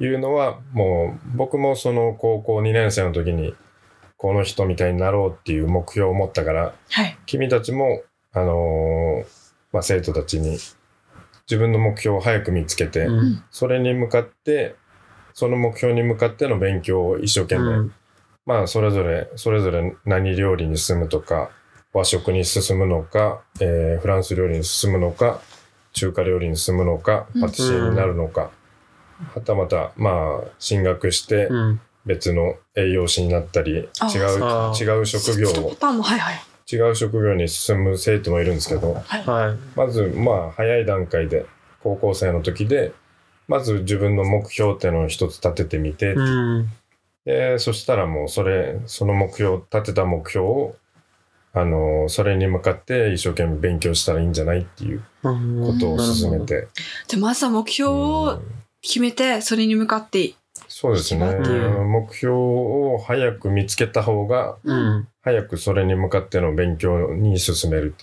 C: 言うのはもう僕もその高校2年生の時にこの人みたいになろうっていう目標を持ったから
B: はい。
C: 君たちも、あのーまあ、生徒たちに自分の目標を早く見つけて、
A: うん。
C: それに向かってその目標に向かっての勉強を一生懸命、
A: うん
C: まあ、それぞれ、それぞれ何料理に進むとか、和食に進むのか、えーフランス料理に進むのか、中華料理に進むのか
B: う、ん
C: パティシエになるのか、はたまた、まあ、進学して、
A: うん。
C: 別の栄養士になったり、違う
A: あ
B: あ、
C: 違う職業
B: ちょっとパ
C: を、
B: ターンも、はいはい。
C: 違う職業に進む生徒もいるんですけど、
A: はい。
C: まず、まあ、早い段階で、高校生の時で、まず自分の目標っていうのを一つ立ててみて、
A: うん。
C: で、そしたらもうそれ、その目標、立てた目標を、あの、それに向かって一生懸命勉強したらいいんじゃないっていうこ
A: こと
C: を進め。て。
B: じゃあまずは目標
C: う
B: を
C: ん
B: 決めて、それに向かっていい。
C: そうですね。
B: 決まって
A: る
C: 目標を早く見つけた方が、
A: うん。
C: 早くそれに向かっての勉強に進める。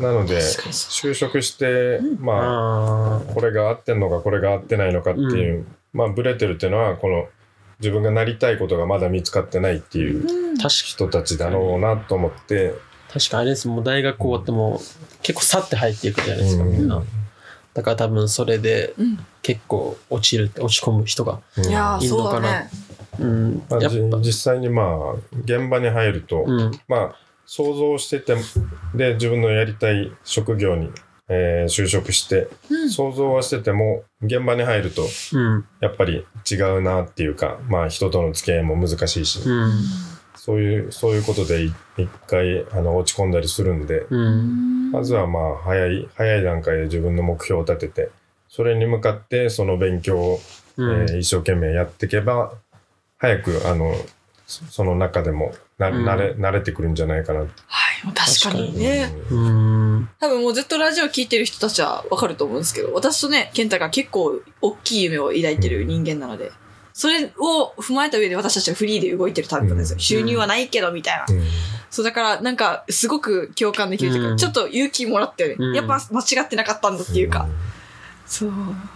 C: なので、
B: かにそ
C: 就職して、まあ、
A: あ
C: これが合ってんのか、これが合ってないのかっていう、まあ、ブレてるっていうのは、この、自分がなりたいことがまだ見つかってないっていう
B: う。うん
A: あ。確か
C: 人たちだろうなと思って、
A: 確かあれですもう大学終わっても結構去って入っていくじゃないですか、
C: うん
A: みんなだから多分それで
B: うん
A: 結構落ちるって落ち込む人が
C: うん
B: いやー、
A: いいの
B: そ
A: か
B: う
A: な
B: だね。
A: うん
C: まあ
A: やっ
C: じ
A: ぱ
C: 実際にまあ現場に入ると、
A: うん
C: まあ想像しててで自分のやりたい職業に、えー就職して
B: うん
C: 想像はしてても現場に入ると
A: うん
C: やっぱり違うなっていうかまあ人との付き合いも難しいし、
A: うん
C: そういう、そういうことでい一回、あの、落ち込んだりするんで、
A: うん。
C: まずはまあ、早い、早い段階で自分の目標を立てて、それに向かって、その勉強を、
A: うん。
C: えー一生懸命やっていけば、早く、あの、そその中でもな、
A: うん
C: 慣れ、慣れてくるんじゃないかな。
B: はい、もう確かに
C: う
B: ね。
A: う
C: ん
A: ん。
B: 多分もうずっとラジオ聞いてる人たちはわかると思うんですけど、私とね、健太が結構大きい夢を抱いてる人間なので、それを踏まえた上で私たちはフリーで動いてるタイプなんですよ。
C: うん
B: 収入はないけど、みたいな。
C: うん
B: そうだから、なんか、すごく共感できるというか、
A: うん
B: ちょっと勇気もらったよね。
A: うん
B: やっぱ間違ってなかったんだっていうか。
C: ん
B: そう。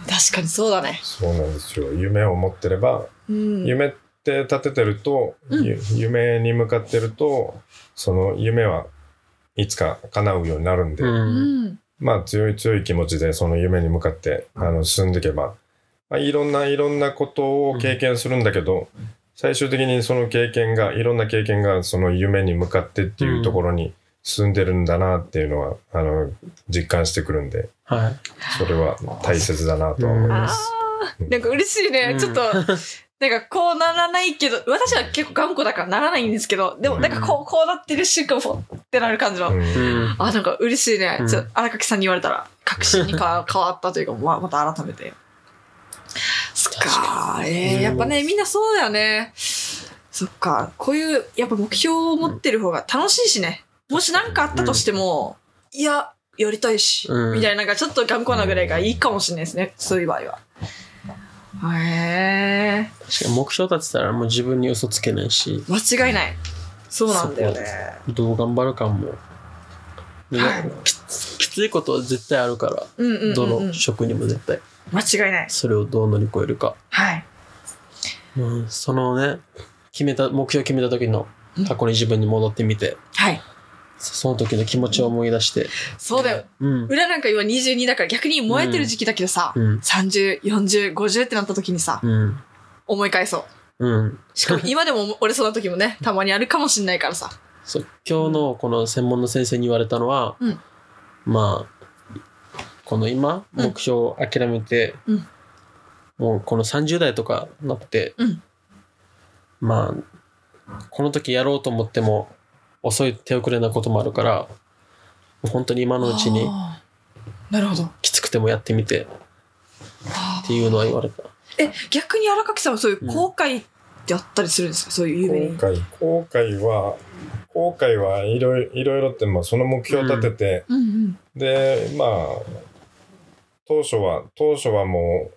B: 確かにそうだね。
C: そうなんですよ。夢を持ってれば、
B: うん。
C: 夢って立ててると、
B: うん
C: ゆ夢に向かってると、その夢はいつか叶うようになるんで、
B: う
A: うん。
B: ん。
C: まあ強い強い気持ちでその夢に向かってあの進んでいけば、まあ、いろんないろんなことを経験するんだけど、最終的にその経験が、いろんな経験がその夢に向かってっていうところに進んでるんだなっていうのは、あの、実感してくるんで、
A: はい。
C: それは大切だなとは思い
A: うん
B: あ
C: ます。
B: あ、なんか嬉しいね。
A: うん
B: ちょっと、なんかこうならないけど、私は結構頑固だからならないんですけど、でもなんかこう、こうなってる瞬間、フォってなる感じの。
C: うん
A: うん。
B: あ、なんか嬉しいね。
A: うん
B: ちょっと荒垣さんに言われたら、確信に か変わったというか、ままた改めて。そっか。
A: う
B: えー、
A: ん
B: やっぱね、みんなそうだよね。そっか。こういう、やっぱ目標を持ってる方が楽しいしね。もし何かあったとしても、いや、やりたいし、
A: うん
B: みたいな、なんかちょっと頑固なぐらいがいいかもしれないですね。そういう場合は。へえ
A: 確かに目標立てたらもう自分に嘘つけないし、
B: ー、間違いない。そうなんだよね。
A: どう頑張るかも。ね
B: はい
A: きつきついことは絶対あるから、
B: うんうん
A: ど
B: うん、うん
A: の。職にも絶対。
B: 間違いない。
A: それをどう乗り越えるか。
B: はい。
A: うん、そのね、決めた、目標決めた時の過去に自分に戻ってみて、
B: はい。
A: そその時の気持ちを思い出して、
B: そうだよ。
A: うん。
B: 裏なんか今22だから逆に燃えてる時期だけどさ、
A: うん。
B: 30、40、50ってなった時にさ、
A: うん。
B: 思い返そう。
A: うん。
B: し かも今でも俺そんな時もね、たまにあるかもしんないからさ。
A: そう今日のこの専門の先生に言われたのは、
B: うん
A: まあこの今
B: うん
A: 目標を諦めて、
B: うん
A: もうこの30代とかなって、
B: うん
A: まあこの時やろうと思っても遅い手遅れなこともあるからもう本当に今のうちに
B: あー。なるほど。
A: きつくてもやってみて
B: あ
A: って
B: ー
A: いうのは言われた。
B: え、逆に荒垣さんはそういう後悔ってあったりするんですかそういう夢
C: 後
B: に。
C: 悔後悔は後悔はいろいろいろいろって、まあ、その目標を立てて、
B: うんうん。
C: でまあ当初は当初はも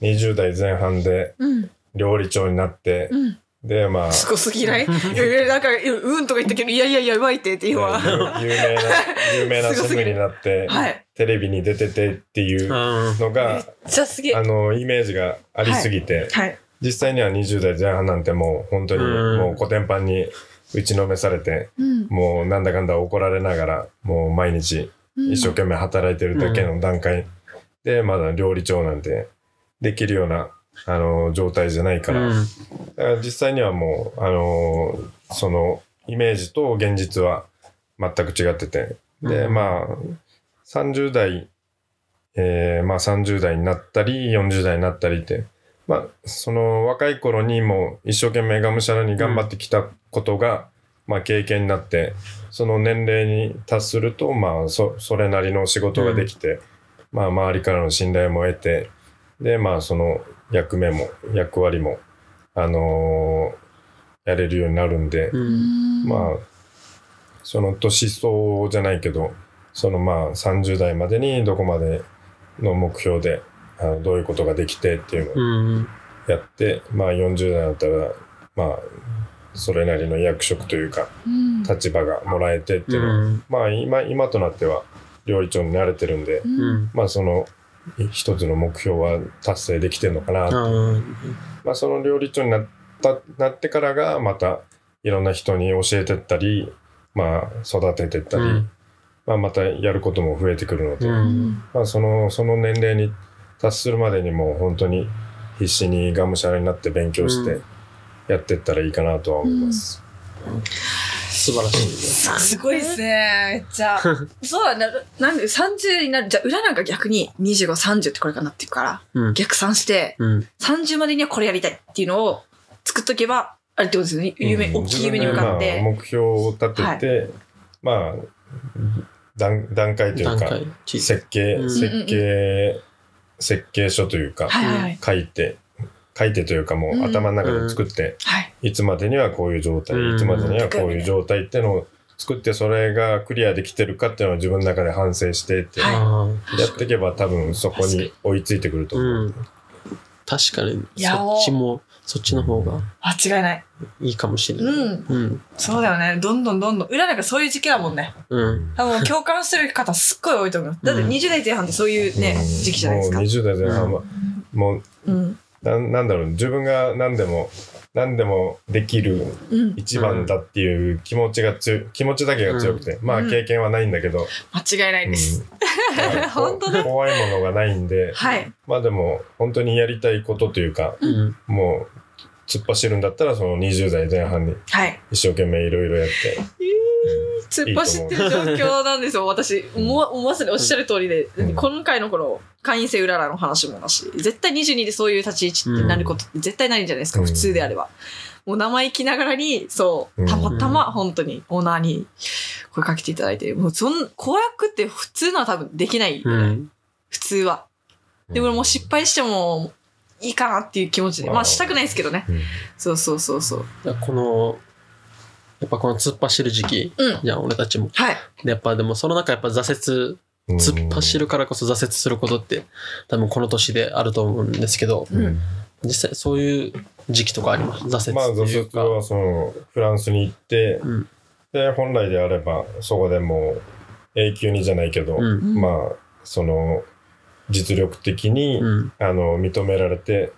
C: う20代前半で
B: うん。
C: 料理長になって、
B: うん。
C: でまあ
B: すごす ぎないいやいやなんか、いやうんとか言ったけど、いやいやいや、うまいってって今は。
C: ねゆ 有名な有名なシェフになって、
B: はい。
C: テレビに出ててっていうの
B: め
C: が
B: っ、ちゃすげえ。
C: あのイメージがありすぎて、
B: はい。
C: 実際には20代前半なんてもう本当に
A: うん
C: もうコテンパンに打ちのめされて、
B: うん。
C: もうなんだかんだ怒られながらもう毎日一生懸命働いてるだけの段階で、まだ料理長なんてできるような、あの状態じゃないから、
A: うん
C: だから実際にはもう、あのそのイメージと現実は全く違ってて、で、
A: うん
C: まあ、30代、えーまあ30代になったり、40代になったりって、まあ、その若い頃にもう一生懸命がむしゃらに頑張ってきたことが、まあ経験になって、その年齢に達すると、まあ、そ、それなりの仕事ができて、まあ、周りからの信頼も得て、で、まあ、その役目も、役割も、あのーやれるようになるんで、
A: うん
C: まあ、その年相じゃないけど、そのまあ30代までにどこまでの目標で、あのどういうことができてっていうのを
A: うん
C: やって、まあ40代だったら、まあ、それなりの役職というか、
B: うん
C: 立場がもらえてっていう
A: う
C: のは、
A: ん
C: まあ今、今となっては料理長になれてるんで、
A: うん
C: まあその、い一つの目標は達成できてるのかなって
A: うん
C: まあ、その料理長になったなってからがまたいろんな人に教えてったり、まあ、育ててったり、
A: うん
C: まあ、またやることも増えてくるので、
A: うん
C: まあ、そのその年齢に達するまでにもう本当に必死にがむしゃらになって勉強して
A: う
C: やってったらいいかなとは思います。
A: 素晴らしいね。
B: すごいですね。めっちゃ。 そうだね。なんで30になる。じゃあ、裏なんか逆に25、30ってこれからなっていくから、
A: うん
B: 逆算して、
A: うん
B: 30までにはこれやりたいっていうのを作っとけば、あぱりってことですよね。夢、
C: うん
B: 大きい夢に向かっ
C: 自
B: て。
C: 分でまあ目標を立てて、まあ段段階という
A: 段
C: か
A: 階小さい
C: 設計、
A: うん
C: 設計、設計書というか、
B: はいはいはい。
C: 書いて書いてというかも
B: うん
C: う頭の中で作って、
B: はい。
C: いつまでにはこういう状態、
A: うん
C: いつまでにはこういう状態っていうのを作ってそれがクリアできてるかっていうのを自分の中で反省してって、
B: はい
A: あ
C: やっていけば多分そこに追いついてくると
A: ー
C: 思う。
A: うん確かに
B: いや
A: そっちもそっちの方が
B: 間違いない。
A: いいかもしれない
B: うん。
A: うん
B: そうだよね。どんどんどんどん。裏なんかそういう時期だもんね。
A: うん
B: 多分共感する方すっごい多いと思います。だって
A: うん
B: 20代前半ってそういうね、
C: うん
B: 時期じゃないですか
C: もう。20代前半は、もう
B: うん。
C: なんなんだろう自分が何でも何でもできる
B: うん。
C: 一番だっていう気持ちが強い気持ちだけが強くて、まあ
B: うん
C: 経験はないんだけど、
B: 間違いない です。
C: うんまあ
B: 本当だ
C: こ怖いものがないんで
B: はい。
C: まあでも本当にやりたいことというか
A: うん
C: もう突っ走るんだったらその20代前半に
B: はい。
C: 一生懸命いろいろやって
B: 突っ走ってる状況なんですよ、私。もうまさにおっしゃる通りで、
C: うん
B: 今回のこの会員制うららの話もだし、絶対22でそういう立ち位置になることって絶対ないんじゃないですか、
C: うん
B: 普通であれば。もう生意気ながらに、そう、たまたま本当にオーナーに声かけていただいて、もうそん、公約って普通のは多分できない、
A: うん
B: 普通は。でももう失敗してもいいかなっていう気持ちで、まあしたくないですけどね。
C: うん
B: そうそうそうそう。
A: だからこのやっぱこの突っ走る時期
B: うん。
A: じゃん俺たちも
B: はい。
A: でやっぱでもその中やっぱ挫折
C: うん
A: 突っ走るからこそ挫折することって多分この年であると思うんですけど
B: うん
A: 実際そういう時期とかあります挫
C: まあ
A: 折とい
C: 挫
A: うか、
C: 折はそのフランスに行って、
A: うん
C: で本来であればそこでもう永久にじゃないけど、
A: うん
B: うん
C: まあその実力的に、
A: うん
C: あの認められて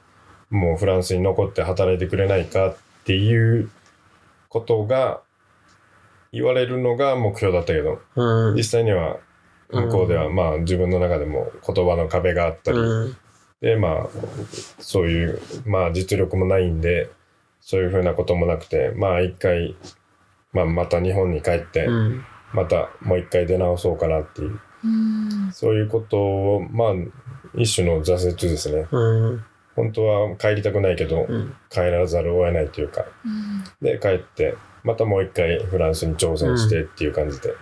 C: もうフランスに残って働いてくれないかっていうことが言われるのが目標だったけど
A: うん
C: 実際には向こうではまあ自分の中でも言葉の壁があったり、
A: うん
C: でまあそういうまあ実力もないんでそういうふうなこともなくてまあ一回、まあ、また日本に帰って、
A: うん
C: またもう一回出直そうかなっていう
B: うん
C: そういうことをまあ一種の挫折ですね
A: うん
C: 本当は帰りたくないけど
A: うん
C: 帰らざるを得ないというか
B: うん
C: で帰ってまたもう一回フランスに挑戦してっていう感じで、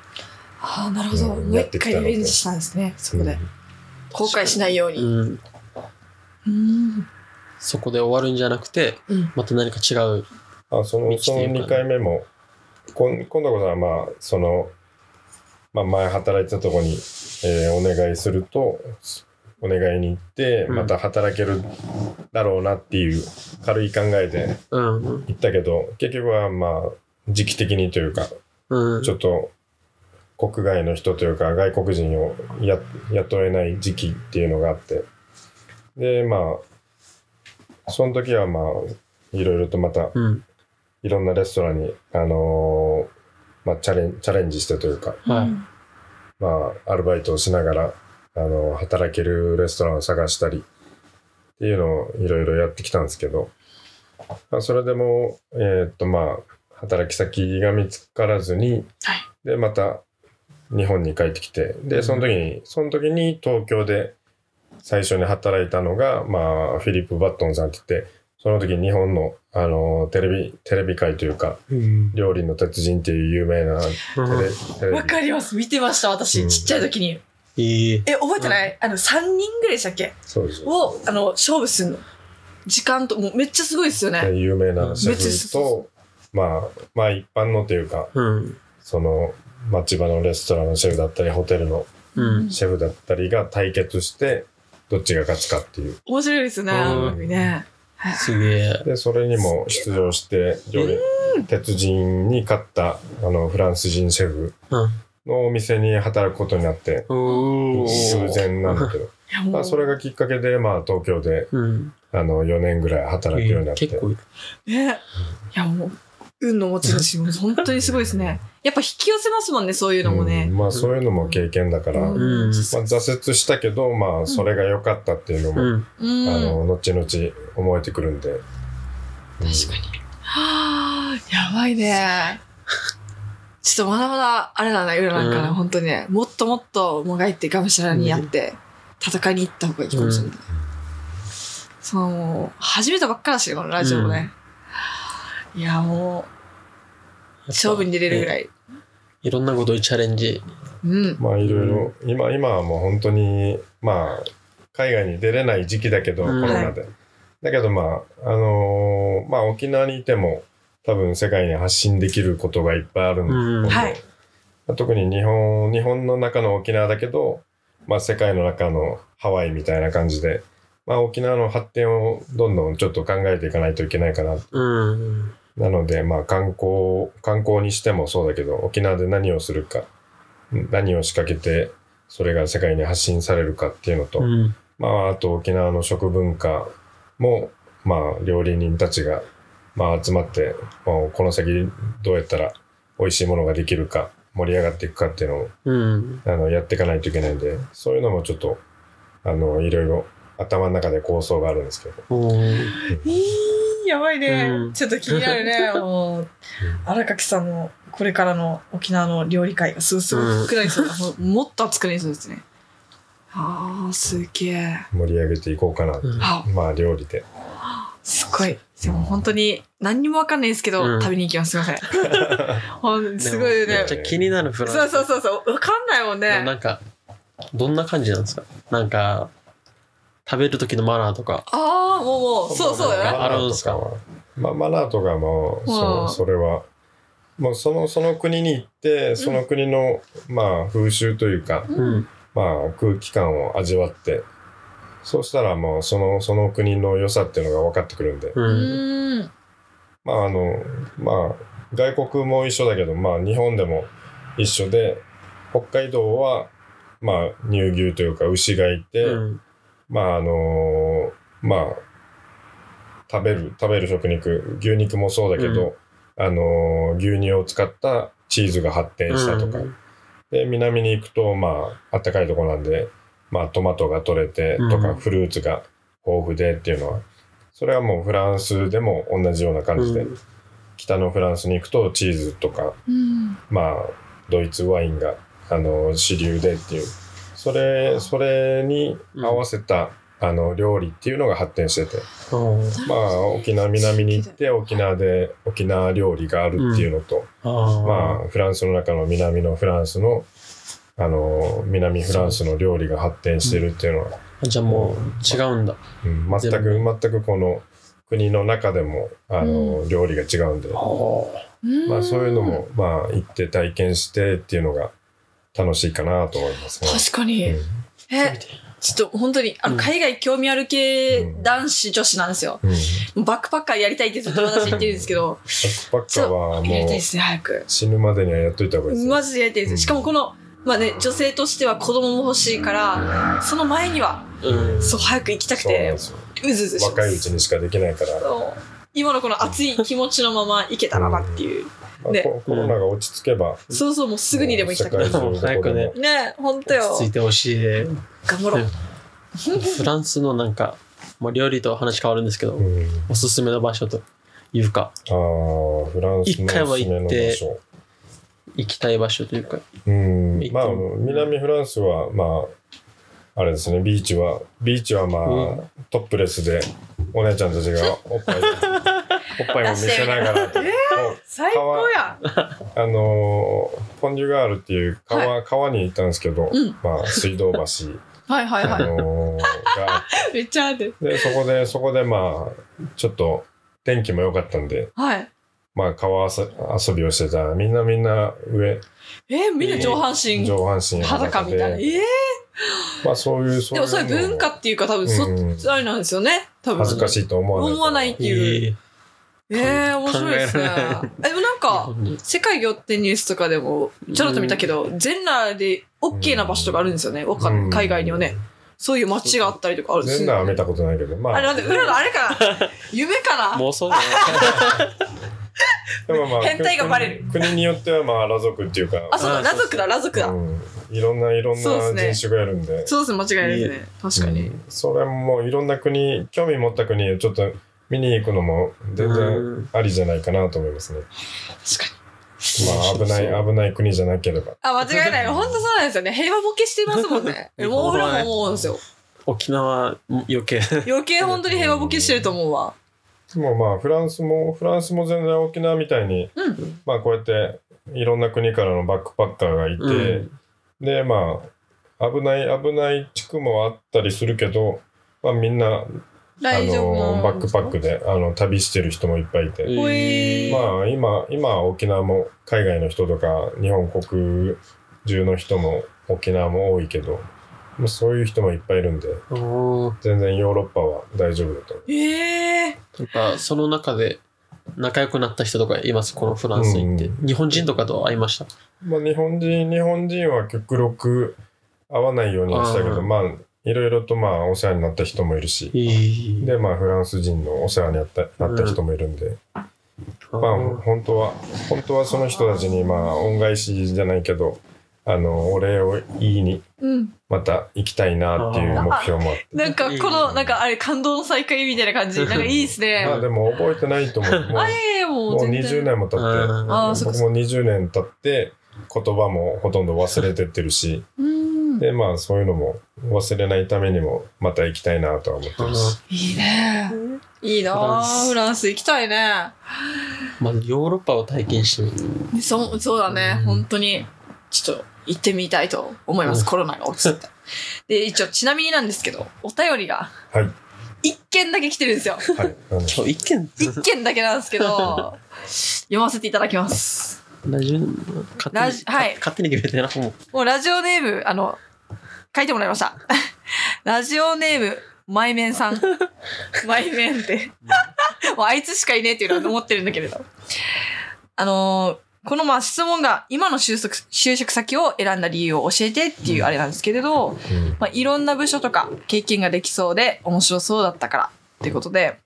B: ああ、なるほど。
C: うん
B: もう
C: やって
B: 一
C: きた
B: 回
C: の
B: リ
C: で
B: ベンジしたんですね、そこで。
C: うん
B: 後悔しないように。
A: うん
B: うん。
A: そこで終わるんじゃなくて
B: うん。
A: また何か違う
C: あその
A: 道
C: そ
A: と
C: の
A: いうか
C: 2回目もこん今度こそはまあその、まあ、前働いてたとこに、えーお願いするとお願いに行って
A: うん
C: また働けるだろうなっていう軽い考えで
A: うん
C: 行ったけど結局はまあ時期的にというか
A: うん
C: ちょっと国外の人というか外国人をや雇えない時期っていうのがあってでまあその時はまあいろいろとまた
A: うん
C: いろんなレストランに、あのーまあ、チャレンチャレンジしてというか、
A: はい
C: まあ、アルバイトをしながら、あのー働けるレストランを探したりっていうのをいろいろやってきたんですけど、まあ、それでも、えーっとまあ、働き先が見つからずに、
B: はい
C: でまた日本に帰ってきてでその時にその時に東京で最初に働いたのが、まあ、フィリップ・バットンさんって言ってその時日本の、あのーテレビテレビ界というか
A: うん
C: 料理の達人っていう有名なテレテレ
B: わかります。見てました、私。
C: うん
B: ちっちゃい時に。
A: いい
B: え、覚えてないあの、3人ぐらいでしたっけ
C: そうです
B: を、あの、勝負すんの。時間と、もうめっちゃすごいですよね。
C: 有名なシ
B: めっちゃそう
C: ェフ
B: そ
C: とまあまあ一般のというか
A: うん
C: その町場のレストランのシェフだったりホテルの
A: うん
C: シェフだったりが対決してどっちが勝つかっていう
B: 面白いですね、
A: うん
B: あの番組ね。
A: すげえ
C: でそれにも出場して料理鉄人に勝ったあのフランス人シェフ
A: うん
C: のお店に働くことになって
A: お
C: 偶然なんだけど、
B: いや
C: ま
B: も
C: あ、それがきっかけで、まあ、東京で
A: うん
C: あの4年ぐらい働くようになって、
A: 結構いい
B: ね。いや、もう、運の持ち 主、もう本当にすごいですね。やっぱ引き寄せますもんね、そういうのも
C: う
B: ね
C: ん。まあそういうのも経験だから、
B: うん
A: うん
C: まあ、挫折したけど、まあ、それが良かったっていうのも、
A: うん
B: うん。
C: あの後々思えてくるんで、
B: 確かに。はあ、やばいね。ちょっとまだまだ、あれだね、ウラなんか
A: うん
B: ら、本当にね、もっともっともがいてがむしゃらにやって、戦いに行った方がいいかもしれない。その、初めてばっかりだしね、このラジオもね。いや、もう、勝負に出れるぐらい。
A: いろんなことにチャレンジ。
B: うん。
C: まあいろいろ、今、今はもう本当に、まあ、海外に出れない時期だけど、
A: うん
C: コロナで。だけどまあ、あのーまあ沖縄にいても、多分世界に発信できることがいっぱいあるんで、
A: うん
B: はい
C: まあ特に日本、日本の中の沖縄だけど、まあ世界の中のハワイみたいな感じで、まあ沖縄の発展をどんどんちょっと考えていかないといけないかな
A: うん。
C: なので、まあ、観光、観光にしてもそうだけど、沖縄で何をするか、うん何を仕掛けて、それが世界に発信されるかっていうのと、
A: うん。
C: まあ、あと沖縄の食文化も、まあ、料理人たちが、まあ、集まって、まあ、この先どうやったら美味しいものができるか、盛り上がっていくかっていうのを、
A: うん。
C: あの、やっていかないといけないんで、そういうのもちょっと、あの、いろいろ頭の中で構想があるんですけど、
A: おー
B: やばいね、
A: うん
B: ちょっと気にな るね。もう、荒垣さんも、これからの沖縄の料理会がすごすごくなりそ うだ、もうもっと熱くなりそうですね。ああ、すげえ。
C: 盛り上げていこうかな
A: う。ん
B: あ
C: まあ、料理で。
B: すごい。でも本当に何にもわかんないですけど、
A: うん
B: 食べに行きます。すいま せん。ほんすごい
A: め
B: ね
A: っち。ゃ気になるフランス。
B: そうそうそうそう。わかんないもん
A: でもな
B: ね。
A: んか、どんな感じなんですかなんか、食べる時のマナーとか。
B: ああ、もうもう、そうそうだよね。
A: あるんですか
C: まあ、マナーとかも、そ
B: うん
C: のそれは、もうその、その国に行って、その国の、まあ、風習というか、
A: うん。
C: まあ、空気感を味わって、そうしたらもう、その、その国の良さっていうのが分かってくるんで、
B: う
A: うん。
B: ーん。
C: まあ、あの、まあ、外国も一緒だけど、まあ、日本でも一緒で、北海道は、まあ、乳牛というか、牛がいて、
A: うん。
C: まああのまあ食べる食べる食肉牛肉もそうだけど、あのー牛乳を使ったチーズが発展したとか、
A: うん
C: で南に行くとまあ暖かいとこなんで、まあ、トマトが取れてとか、
A: うん
C: フルーツが豊富でっていうのはそれはもうフランスでも同じような感じで、
A: うん
C: 北のフランスに行くとチーズとか
B: うん。
C: まあ、ドイツワインが、あの、主流でっていう。それ、それに合わせた、あの、料理っていうのが発展してて。
A: おー
C: まあ、沖縄南に行って、沖縄で、沖縄料理があるっていうのと、
A: あー
C: まあ、フランスの中の南のフランスの、あの、南フランスの料理が発展してるっていうのは、
A: じゃあもう違うんだ。
C: うん全
A: 全
C: く、全くこの国の中でも、あの、料理が違うんで、まあ、そういうの。も、まあ、行って体験してっていうのが楽しいかなと思いますね。
B: 確かに。
C: うん
B: え、ちょっと本当に、あの、
A: うん
B: 海外興味ある系
C: うん
B: 男子女子なんですよ。
C: うんバ
B: バックパッカーやりたいってずっと私言ってるんですけど、
C: ックパッカーは
B: やり
C: も
B: た
C: う
B: いですね、早く。
C: 死ぬまでにはやっといた方がいいですよ
B: マジでやりたいです。しかもこの、まあね、女性としては子供も欲しいから、その前には、
A: うん。
B: そう、早く行きたく
C: そうなん
B: て
C: で、すよ
B: うずうずします。
C: 若いうちにしかできないから、
B: そう今のこの熱い気持ちのまま行けたらなっていう。
C: まあ
B: ね
C: ココロナが落ち着けば、
B: そうそう、もうすぐにでも行きたくな
C: 世
B: る。
C: 界中どこでも
A: 早くね
B: ねえ、ほんとよ
A: 落。ち着いてほしいね。
B: 頑張ろう。
A: フランスのなんか、まあ、料理と話変わるんですけど、
C: うん
A: おすすめの場所というか、
C: あーフランス
A: 一回
C: の
A: は
C: おす
A: 行
C: すめ
A: っ
C: の
A: て
C: 場所
A: 行きたい場所というか。
C: う
A: 行
C: ん
A: っても
C: まあ南フランスはまああれですねビーチはビーチはまあ、
A: う
C: トップレスでお姉ちゃんたちがおっぱいおっぱいを見せながら、もう
B: 最高や。
C: あのーポンデュガールっていう川,、川に行ったんですけど、
B: うん
C: まあ、水道橋、
B: はいはい
C: あ
B: は
C: のーがあっ
B: い。めっちゃある。
C: てでそこでそこでまあちょっと天気も良かったんで、
B: はい。
C: まあ、川遊遊びをしてたらみんなみんな上
B: えー、みんな上半身、
C: 上半身
B: 裸
C: 裸
B: みたいな。え
C: で、
B: ー
C: まあ、そういうそう
B: で
C: いう
B: もそれ文化っていうか多分そっ
C: うん
B: ちあれなんですよね。多分。
C: 恥ずかしいと思わない
B: 思わないっていう。
A: い
B: ええー、面白いですね
A: 考えられない。
B: えでもなんか、世界仰天ニュースとかでも、ちょろっと見たけど、全裸で OK な場所とかあるんですよね。わかんない海外にはね。そういう街があったりとかあるんです
C: 全
B: よ
C: 裸は見たことないけどま
B: あ
C: あ
B: れなんで、裏のあれかな夢かな
A: 妄想だね。
C: でもまあ
B: 変態がバレる
C: 国国によってはまあ裸族っていうか
B: あ、そうだ、
A: あー
B: 裸族だ、裸族だ。
C: うん、いろんないろん
B: そうです
C: な
B: ね
C: 人種がいるんで
B: そうですね、間違いないですね。確かに。
C: それもいろんな国興味持った国へちょっと見に行くのも全
A: う
C: 然ありじゃないかなと思いますね。
B: 確かに。
C: まあ危な
A: そう
C: い
A: そ
C: 危ない国じゃなければ。
B: あ、間違いない。ほんとそうなんですよね。平和ボケしてますもんね。もう裏も思うんですよ。
A: 沖縄も余計。
B: 余計本当に平和ボケしてると思うわ。
C: でもまあフランスもフランスも全然沖縄みたいに、
B: うん
C: まあこうやっていろんな国からのバックパッカーがいて、
A: う
C: でまあ危ない危ない地区もあったりするけど、まあ、みんなあ
B: 大丈夫な
C: の
B: ん
C: バックパック
B: で
C: であの旅してる人もいっぱいいて、
A: え
B: ほい
A: ー
C: まあ今今は沖縄も海外の人とか日本国中の人も沖縄も多いけどまあそういう人もいっぱいいるんで
A: おー
C: 全然ヨーロッパは大丈夫だと思
B: すか
C: う。
B: ええ
A: なんかその中で仲良くなった人とかいますこのフランス行って、日本人とかと会いました
C: まあ、日本人日本人は極力会わないようにはしたけど
A: あー
C: まあいろいろとまあお世話になった人もいるし。でまあ、フランス人のお世話になったなった人もいるんで、まあ
A: あ
C: 本当は本当はその人たちにまあ恩返しじゃないけどあのお礼を言いに
B: うん
C: また行きたいなっていう目標もあって。
B: なんかこのなんかあれ感動の再会みたいな感 じなんかいいですね
C: まあでも覚えてない と思う。も
B: あいえいえも
C: う
B: う
C: もう
B: 全然
C: 20年も経って、
B: あ
A: あ
B: ーそっか
C: 僕
B: そっか
C: も20年経って、言葉もほとんど忘れてってるし、
B: うん
C: でまあそういうのも忘れないためにもまた行きたいなとは思ってるし。
B: いいねいいなあフ
A: フ
B: ランス行きたいね
A: まあヨーロッパを体験してみる
B: ねそうそうだね、
A: うん
B: 本当にちょっと行ってみたいと思います、
A: うん
B: コロナが落 ち着いたで一応ちなみになんですけどお便りが
C: はい。
B: 一件だけ来てるんですよ
C: はい。あの
A: 今日一件
B: 一件だけなんですけ ど読ませていただきます
A: 大丈夫勝
B: ラ
A: 手
B: ジ
A: に、
B: はい
A: 勝手に決めてなもう
B: もうラジオネームあの書いてもらいました ラジオネームマイメンさ んマイメンって もうあいつしかいねえっていうのは思ってるんだけれどあのーこのまあ質問が今の就職就職先を選んだ理由を教えてっていうあれなんですけれど、
C: うん
B: まあ、いろんな部署とか経験ができそうで面白そうだったからっていうことで、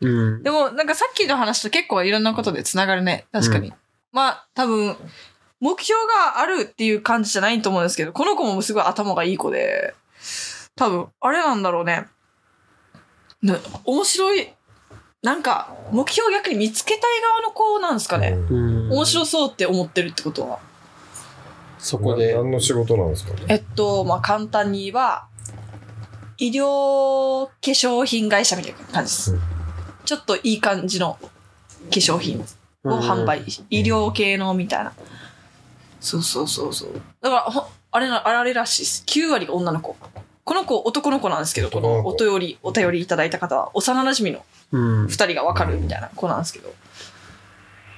A: うん
B: でもなんかさっきの話と結構いろんなことでつながるね。確かに。まあ多分、目標があるっていう感じじゃないと思うんですけど、この子もすごい頭がいい子で、多分、あれなんだろうね。な面白い、なんか目標を逆に見つけたい側の子なんですかね。
C: うん
A: うん
B: 面白そうって思ってるってことは。
A: そこ
C: な
A: で
C: 何の仕事なんですか
B: えっと、まあ簡単に言えば、医療化粧品会社みたいな感じです。ちょっといい感じの化粧品を販売、医療系のみたいな。そうそうそうそう。だから、ほあれな、あれらしいです。9割が女の子。この子、男の子なんですけど、このお
C: 男
B: 便り、お便りいただいた方は、幼馴染の
A: うん
B: 2人がわかるみたいな子なんですけど。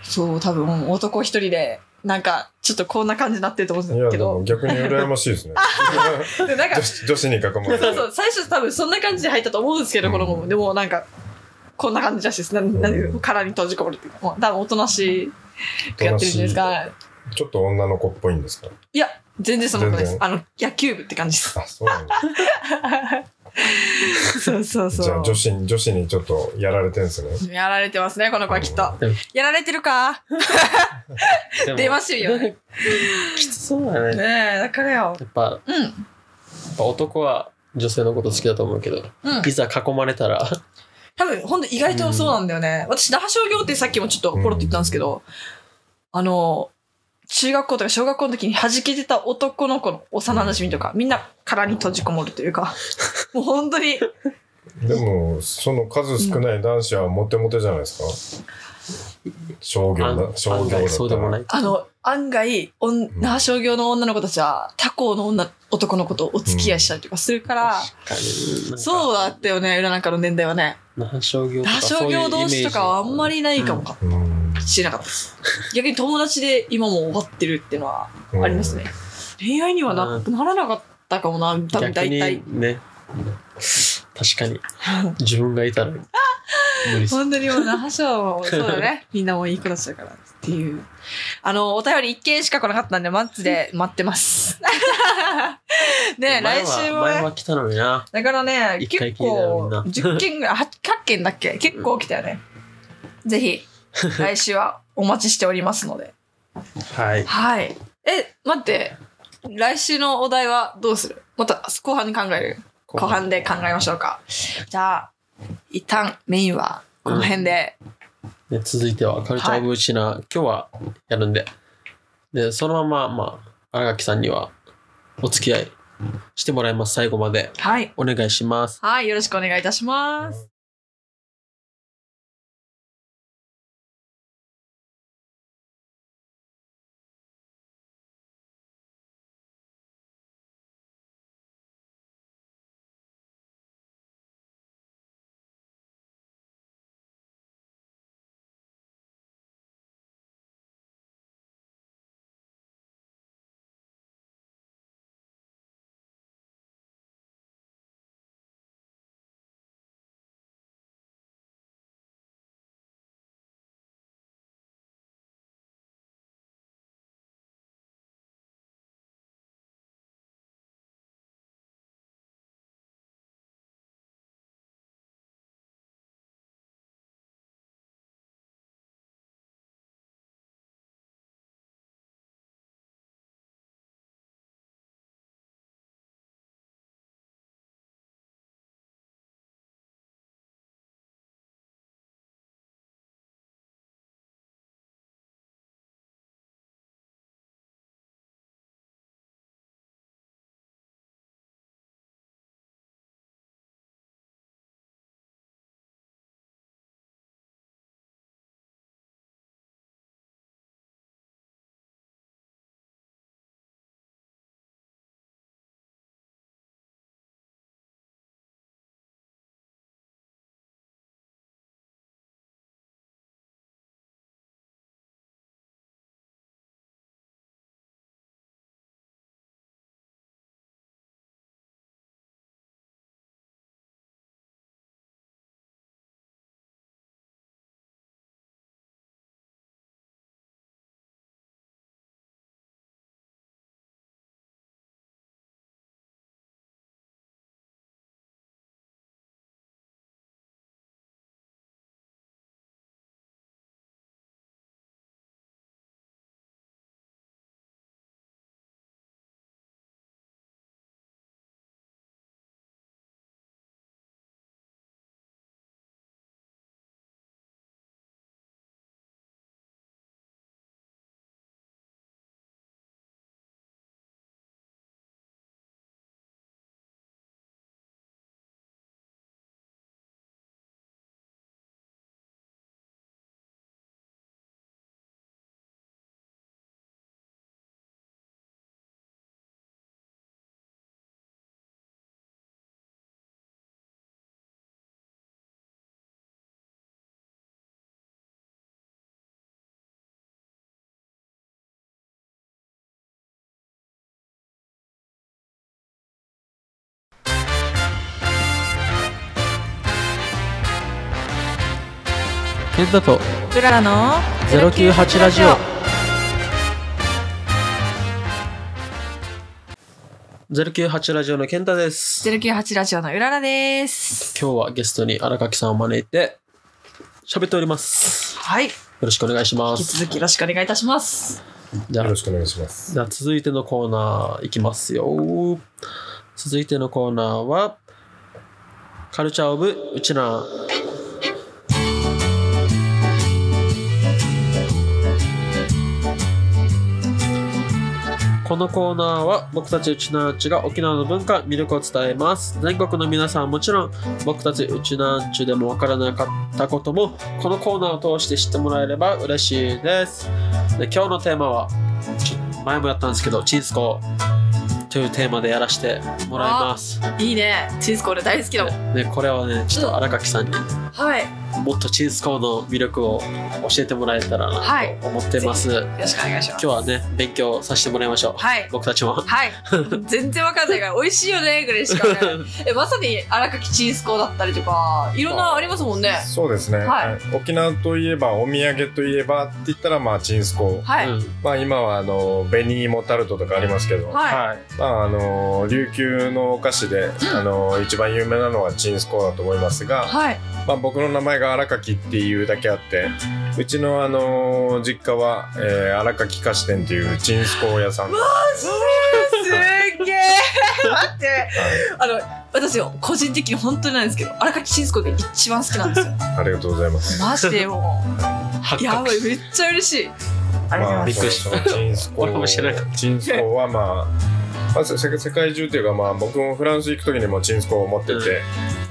B: そう、多分、男1人で、なんか、ちょっとこんな感じになってると思うん
C: い
B: で
C: や
B: すけ
C: でも
B: ど、
C: 逆に羨ましいですね。
B: でなんか
C: 女、子女子に囲まれて
B: そうそう、最初多分そんな感じで入ったと思うんですけど、この子も。でもなんか、こんな感じらしいです。なんなん
C: うん
B: 殻に閉じこもるっていうか、もう多分おとなし
C: お
B: く
C: と
B: や
C: な
B: ってるんじ
C: し
B: ゃない
C: い
B: ですか。
C: ちょっと女の子っぽいんですか
B: いや、全然そのことです
C: 全。
B: あの、野球部って感じです。
C: あそうなんだ。
B: そうそう
C: じゃ
B: そ
C: あ
B: う
C: 女。子に女子にちょっとやられてんですね。
B: やられてますね、この子はきっと
A: うん。
B: やられてるか
A: でも
B: 出ますよ ね。
A: きつそうだね
B: ねえ、だからよ。
A: やっぱや
B: うん。
A: っぱ男は女性のこと好きだと思うけど
B: うん
A: い。ざ囲まれたら
B: 多分、ほんと意外とそうなんだよね。私、那覇商業ってさっきもちょっとポロって言ったんですけど、あの、中学校とか小学校の時に弾けてた男の子の幼馴染とか、みんな殻に閉じこもるという か、もう本当に、
C: でもその数少ない男子はモテモテじゃないですか。商業
A: 案
C: だ商
A: 案
C: 業だ
A: 外
C: っ
A: そう
C: た
A: でもな
C: ら
A: い
B: あの、案外、おん
C: ん
B: 那覇商業の女の子たちは、他校の女、男の子とお付き合いしたりとかするから、
A: 確かになんか
B: そうだったよね、浦中の年代はね。
A: 那覇商業と
B: 那
A: か
B: 覇
A: そ
B: 商
A: ういうイメー
B: 業
A: ジ
B: 同士とかはあんまりないかもか、
C: うん
B: 知らなかったです。逆に友達で今も終わってるっていうのは、
C: うん
B: ありますね。恋愛にはな,、
A: う
B: ならなかったかもな、多分
A: 逆
B: 大
A: に
B: 体。
A: ね確かに自分がいたら無理っす
B: 本当にもう、那覇賞はそうだね。 みんなもういい子たちだからっていう。あの、お便り一件しか来なかったんで、マッチで待ってます。 ねえ
A: 前
B: 来
A: は
B: 週も
A: 前
B: ね
A: は。来たのにな
B: だからね、
A: 一回
B: 結
A: 聞いたよみん
B: 構
A: な、
B: 10件ぐらい、8 100件だっけ結構来たよね。ぜひ、来週はお待ちしております ので。
A: はい
B: はい。え、待って。来週のお題はどうするまた後半に考える後半で考えましょうか。じゃあ、一旦メインはこの辺で。
A: で続いてはカルチャー・オブ・ウチナ、今日はやるんででそのまま、まあ、荒垣さんにはお付き合いしてもらいます最後まで
B: はい。
A: お願いします
B: はい、よろしくお願いいたします。
A: ケンタと
B: ブララの
A: 098ラジオ098ラジオのケンタです
B: 098ラジオのうららです
A: 今日はゲストに荒垣さんを招いて喋っております
B: はい引
A: よろしくお願いしま
B: き
A: す
B: 続きよろしくお願いいたします
A: じゃあ
C: ろしくお願いします。
A: じゃあ続いてのコーナーいきますよ続いてのコーナーはカルチャーオブうちなこのコーナーは僕たちうちなーんちが沖縄の文化魅力を伝えます全国の皆さんはもちろん僕たちうちなーんちゅでもわからなかったこともこのコーナーを通して知ってもらえれば嬉しいですで今日のテーマは前もやったんですけどチーズコというテーマでやらせてもらいます
B: いいねチーズコール大好きだもん
A: でこれはねちょっと荒垣さんに
B: はいよ
A: もっとチーズコーの魅力を教えてもらえたら
B: はい
A: なと思ってます、
B: ろしくお願いし
A: 今
B: ます
A: 日はね勉強させてもらいましょう、
B: はい
A: 僕たちも
B: はい全然わかんないから美味しいよねぐらいしかねえまさに荒垣チーズコーだったりとかいろんなありますもんね
C: そうですね、
B: はい
C: はい沖縄といえばお土産といえばって言ったらまあチンスコ
B: はい、
A: うん
C: まあ今はあの紅芋タルトとかありますけど、
B: はい
C: まああの琉球のお菓子で、あの一番有名なのはチンスコだと思いますが、
B: はい
C: まあ、僕の名前が荒垣っていうだけあってうちのあの実家は、えー荒垣菓子店っていうチンスコ屋さん
B: すっげえ待ってあの私個人的に本当になんですけど荒垣静子が一番好きなんですよ
C: ありがとうございます。
B: マジでも
A: 八
B: うや
A: 角
B: ばいめっちゃ嬉しいありがとうござい
C: まあ、
B: ます
A: びっくりした
C: そのそのチ ンスコ
A: 俺も知らなか
C: チンスコはまあ、まあ、せ世界中というか、まあ、僕もフランス行く時にもチンスコを持ってて、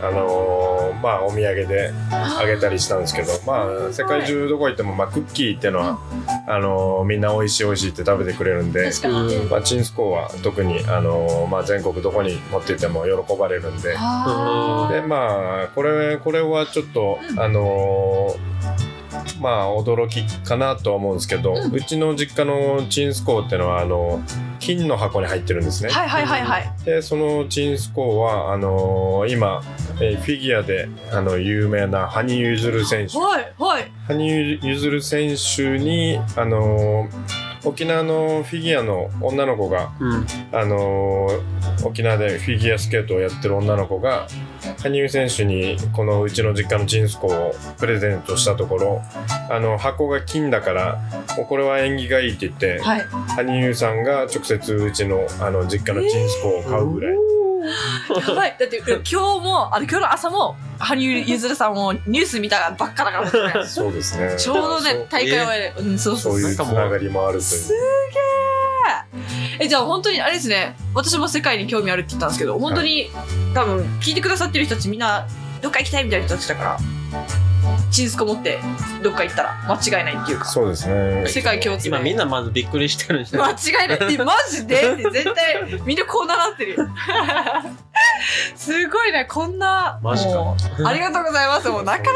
C: あのーまあお土産であげたりしたんですけどまあ世界中どこ行っても、まあ、クッキーってのは、あのーみんな美味しい美味しいって食べてくれるんで。
B: 確かに、
A: うん
C: まあ、チンスコは特に、あのーまあ、全国どこに持って行っても喜ばれるんで
B: あ
C: でまあこれこれはちょっと、あのーまあ驚きかなとは思うんですけど、うちの実家のチンスコーってのはあの金の箱に入ってるんですね、
B: ーはいはいはいはい
C: でそのチンスコーはあのー今、えーフィギュアであの有名な羽生結弦選手
B: はいはい
C: 羽生結弦選手にあのー沖縄のフィギュアの女の子が
A: うん
C: あのー沖縄でフィギュアスケートをやってる女の子が羽生選手にこのうちの実家のチンスコをプレゼントしたところあの箱が金だからもうこれは縁起がいいって言って、
B: はい
C: 羽生さんが直接うちのあの実家のチンスコを買うぐらい、
B: やばいだって今日もあの今日の朝も羽生結弦さんもニュース見たばっかだ から、ね、
C: そうですね
B: ちょうどね大会前で、うんそう
C: そ
B: そうう
C: そう
B: そう
C: いうつながりもあると
B: す
C: いう
B: げええじゃあ本当にあれですね私も世界に興味あるって言ったんですけど本当に、多分聞いてくださってる人たちみんなどっか行きたいみたいな人たちだからチンスコ持ってどっか行ったら間違いないっていうか
C: そうですね
B: 世界共通
A: 今みん
B: な
A: なまずびっくりして るんで
B: 間違いないってマジでって絶対みんなこうなってるよ すごいねこんな
A: マジか
B: もうありがとうございますもうなかなか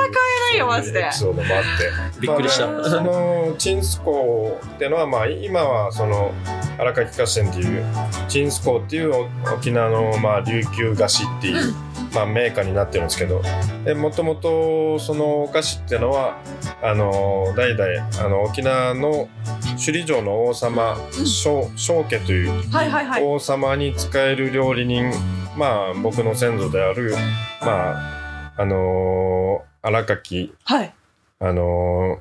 B: えないよマジで
C: エピソードもあって
A: びっくりした、
B: まあ
C: そのチンスコーってのは、まあ、今はその荒垣菓子店っていうチンスコーっていうお沖縄の、まあ、琉球菓子っていう、まあ、メーカーになってるんですけどもともとそのお菓子ってのはあの代々あの沖縄の首里城の王様
B: うん
C: 小小家という
B: はいはいはい
C: 王様に仕える料理人、まあ僕の先祖であるまああの荒垣
B: はい
C: あの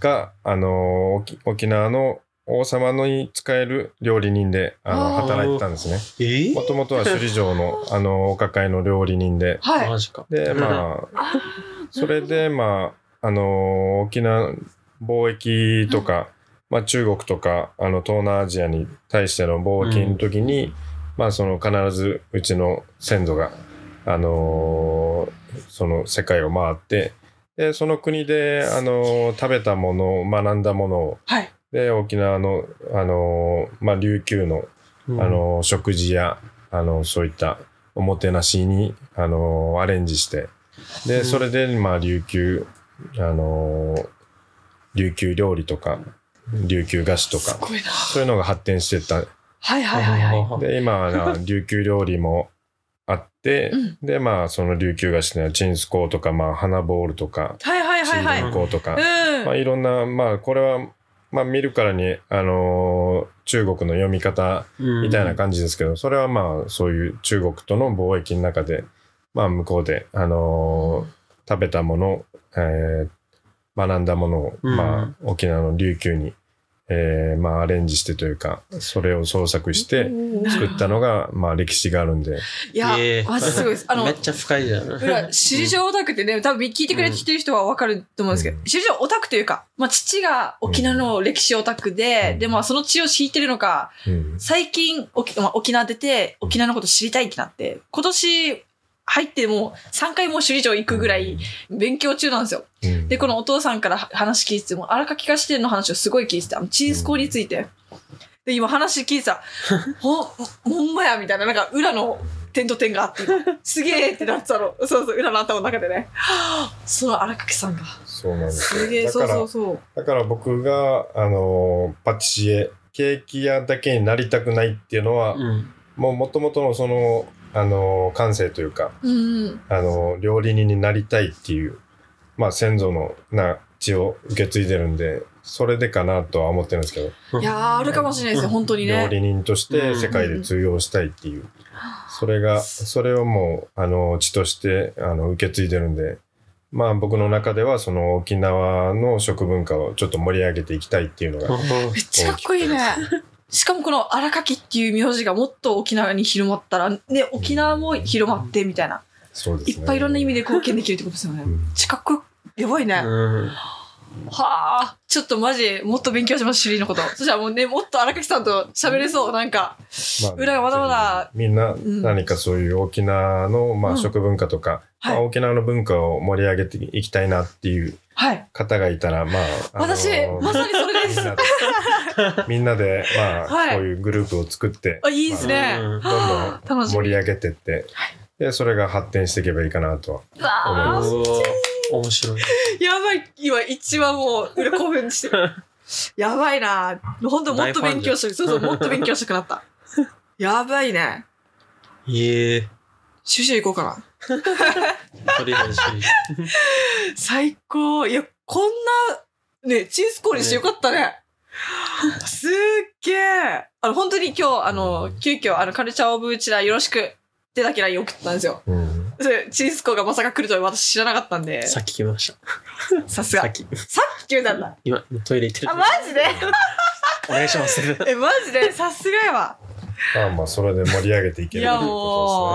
C: ーが、あのー沖沖縄の王様のに使える料理人であの
B: あー
C: 働いてたんですね。
A: えー
C: もともとは首里城のあのお抱えの料理人で。
B: はい
A: マジか
C: で、まあ、それで、まあ、あのー沖縄貿易とか、まあ中国とか、あの東南アジアに対しての貿易の時に、まあその必ずうちの先祖が、あのーその世界を回って、で、その国で、あのー食べたもの、学んだものを、
B: はい
C: で、沖縄の、あのーまあ琉球の
A: あ
C: あの食事やあのそういったおもてなしにあのアレンジして
A: う
C: で
A: ん
C: それでまあ琉球あの琉球料理とか琉球菓子と
B: す
C: か
B: ごいな
C: そういうのが発展してっ
B: は
C: た
B: いはいはいはい
C: で今はな琉球料理もあって、
B: うん
C: で、まあ、その琉球菓子では、チンスコーとか、まあ、花ボールとか、
B: はいはいはいはい。
C: チ
B: うん。
C: ンドルコーとか、まあ、いろんな、まあ、これは、まあ、見るからに、あのー中国の読み方みたいな感じですけど、それはまあ、そういう中国との貿易の中で、まあ、向こうで、あのー食べたもの、えー学んだものを、
A: うん
C: まあ、沖縄の琉球に、えーまあ、アレンジしてというか、それを創作して作ったのが、まあ、歴史があるんで、
B: いや
A: ええ、
B: マジすごいです。あの
A: めっ、ちゃ深いじゃん。
B: ほら、首里城オタクってね、多分聞いてくれてる人はわかると思うんですけど、
C: うん
B: 首里城オタクというか、まあ父が沖縄の歴史オタクで、
C: うん
B: で、まあその血を引いてるのか、
C: うん
B: 最近沖,、まあ、沖縄出て、沖縄のこと知りたいってなって、今年入ってもう3回もう首里城行くぐらい、勉強中なんですよ。
C: うん
B: で、このお父さんから話聞いてても、荒垣菓子店の話をすごい聞いてた。あのチーズコについて。で、今話聞いて た。ほん、ほんまやみたいな、なんか裏の点と点があって、すげえってなってたの。そうそう、裏の頭の中でね。はぁその荒垣さんが。
C: そうなんですよ
B: すげえ、
C: だか
B: そう
C: ら
B: そうそう。
C: だから僕が、あのーパティシエ、ケーキ屋だけになりたくないっていうのは、
A: うん。
C: もう元々のその、あのー感性というか、
B: うん。
C: あのー料理人になりたいっていう、まあ先祖のな血を受け継いでるんで、それでかなとは思ってるんですけど、
B: いやー、あるかもしれないですね、本当に
C: 料
B: ね。
C: 理人として世界で通用したいっていう、それが、それをもう、あのー血として、あの、受け継いでるんで、まあ僕の中ではその沖縄の食文化をちょっと盛り上げていきたいっていうのが、
B: めっちゃかっこいいね。しかもこの荒垣っていう名字がもっと沖縄に広まったら、ね、沖縄も広まってみたいな。
C: そうです
B: い
C: ね。
B: っぱいいろんな意味で貢献できるってことですよね
C: う。ん
B: 近くやばいね、は
A: うん
B: あちょっとマジもっと勉強します主里のことそしたらもうねもっと荒垣さんと喋れそうなんか
C: まあ
B: 裏がまだまだ
C: みんなん何かそういう沖縄の、ま
B: う
C: あ、
B: ん
C: 食文化とか、
B: はい
C: まあ、沖縄の文化を盛り上げていきたいなっていう
B: はい
C: 方がいたらまあ、あの
B: 私、まさにそれで
C: みん
B: す
C: なでみんなで、まあ
B: はい
C: こういうグループを作って
B: あいいですね、
A: うん
C: どんどん
B: はあ楽し
C: 盛
B: み
C: り上げてって、でそれが発展していけばいいかなとは
B: うわあ
A: うわ面白い。
B: やばい今一番もう裏興奮 してるやばいな本当もっと勉強したくそうそうもっと勉強したく なったやばいね
A: ええ。
B: 主里行こうかな
A: とりあえず。
B: 最高。いや、こんな、ね、チーズコーにしてよかったね。すっげえ。あの、本当に今日、あの、急遽、あの、カルチャーオブうちらよろしくってだけ LINE 送ったんですよ。
C: うん
B: それチーズコーがまさか来るとは私知らなかったんで、
A: さっき来ました。
B: さす
A: さ
B: が。さ
A: っ
B: っ
A: き。
B: き決めたんだ。
A: 今、トイレ行ってる
B: あ、。マジで
A: お願いします。
B: え、マジでさすがやわ。
C: まあまあそれで盛り上げてい
B: い
C: けると
B: や、
C: いうこ
B: もう、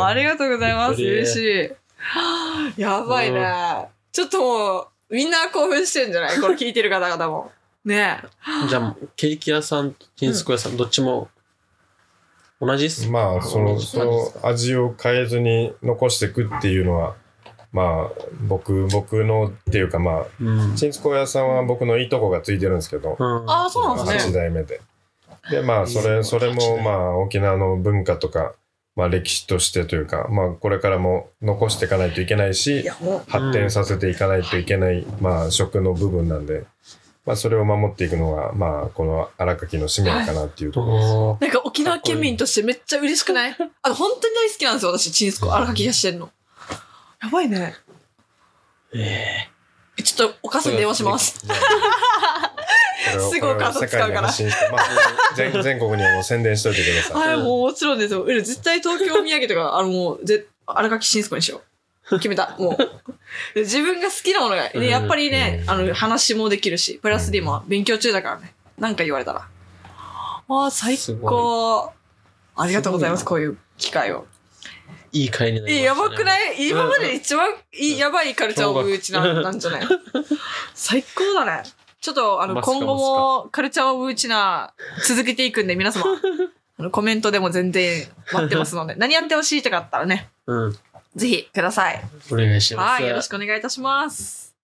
C: と
B: あ
C: ですね。
B: りがとうございま
A: 本
B: す。
A: 当に
B: 嬉しい。はぁやばいね。ちょっともう、みんな興奮してんじゃないこれ聞いてる方々も。ねえ。
A: じゃあ、ケーキ屋さん、チンスコ屋さん、どっちも同じっす。
C: まあそのその味を変えずに残していくっていうのはまあ僕僕のっていうかまあ
A: うん。
C: チンスコ屋さんは僕のいとこがついてるんですけど、
B: ああ、そうなんです
C: 8
B: ね。
C: 代目で。で、まあ、そ
A: いい
C: れ、
A: ね
C: それも、まあ、沖縄の文化とか、まあ、歴史としてというか、まあ、これからも残していかないといけない
B: い
C: し、
B: や、もう、
C: 発展させていかないといけない、まあ、食の部分なんで、まあ、それを守っていくのが、まあ、この荒垣の使命かなっていうところです。
A: おー
B: なんか沖縄県民としてめっちゃ嬉しくないあの、本当に大好きなんですよ、私、チンスコ。荒垣がしてんの。やばいね。
A: え
B: ちょっとお母
A: ー
B: さんに電話します。。
C: これ を
B: すぐお母さん使うから
C: これを世界に発信して、まあ、全 全国にはもう宣伝しといてくださ
B: は
C: い。
B: い、もうもちろんですよ。うん絶対東京土産とか、あの、もう、ぜ荒垣チンスコにしよう。決めた、もう。で自分が好きなものが、
A: うん
B: ね、やっぱりね、
C: うん
B: あの、話もできるし、プラスで今、勉強中だからね。なんか言われたら。ああ、最
A: す
B: 高。ありがとうございます、
A: す
B: こういう機会を。
A: いい会になりまし
B: え、
A: た
B: や
A: ね
B: ばくない今までで一番いいやばいカルチャーオブうちななんじゃない最高だね。ちょっと、あの、
A: マスカ
B: 今後もカルチャーオブうちな続けていくんで、 皆様、あのコメントでも全然待ってますので、何やってほしいとかあったらね、
A: うん。
B: ぜひください。
A: お願いします。
B: はい、よろしくお願いいたします。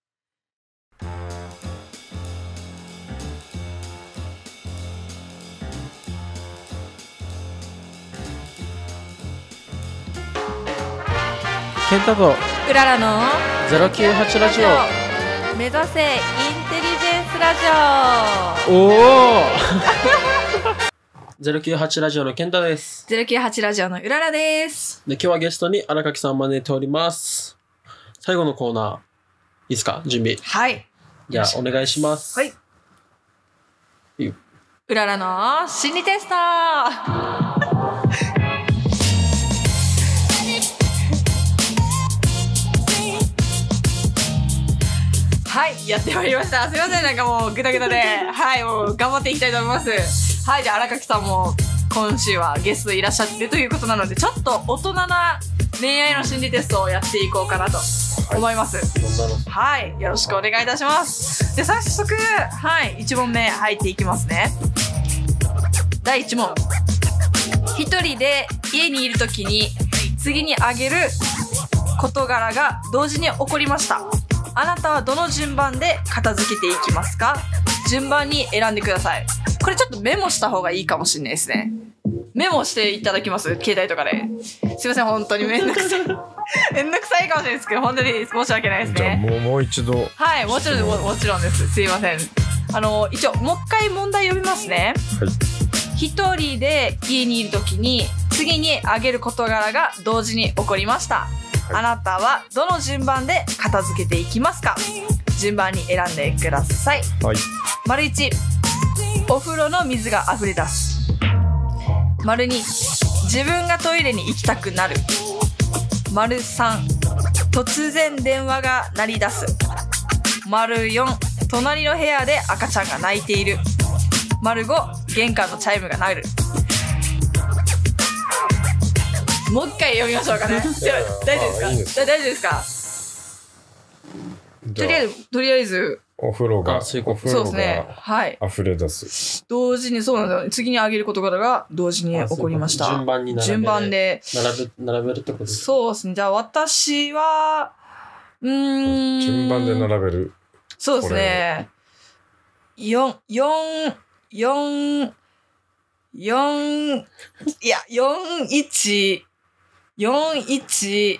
A: ケンタと
D: うららの
A: ゼロ九八ラジ
D: 目指せイン テリジェンスラジオ
A: オ。おお。 098ラジオの健太です。
B: 098ラジオのうららです。
A: で、今日はゲストに荒垣さんを招いております。最後のコーナー、いいですか準備。
B: はい。
A: じゃあ、お願いします。
B: はい。うららの心理テストはい、やってまいりました。すいません、なんかもうグダグダで。はい、もう頑張っていきたいと思います。はい、じゃあ荒垣さんも今週はゲストでいらっしゃってるということなので、ちょっと大人な恋愛の心理テストをやっていこうかなと思います。はい、よろしくお願いいたします。で、早速、はい、1問目入っていきますね。第1問。一人で家にいるときに、次にあげる事柄が同時に起こりました。あなたはどの順番で片付けていきますか順番に選んでください。これちょっとメモした方がいいかもしれないですね。メモしていただきます携帯とかで。すいません、本当にめんどく さい。めんどくさいかもしれないですけど、本当に申し訳ないですね。
C: じゃあもうもう一度
B: はい、もちろんももちろんです。すいません。あの一応もう一回問題読みますね。
C: はい
B: 一人で家にいるときに次にあげる事柄が同時に起こりました。
C: はい
B: あなたはどの順番で片付けていきますか。順番に選んでください。
C: はい
B: 丸一、お風呂の水が溢れ出す。丸二、自分がトイレに行きたくなる。丸三、突然電話が鳴り出す。丸四、隣の部屋で赤ちゃんが泣いている。丸五、玄関のチャイムが鳴る。もう一回読みましょう かね。じゃあ大丈
C: あ
B: 夫
C: いい
B: で
C: ですす
B: か。大丈夫ですか。
C: じ
B: と
C: ゃ
B: りあえ
C: あ
B: ずとりあえず
C: お風呂が
A: あそういうこ
C: お
A: と
C: 風
B: そうで
C: 呂
B: すね。
C: が
B: はい。
C: 溢れ出す
B: 同時にそうなんですよ次に上げる事柄が同時に起こりました
A: あそういうこと順番に並べ
B: 順番で
A: 並べ、並べるってことです。
B: そうですねじゃあ私はうーん
C: 順番で並べる
B: そうですね四四四四いや四一四一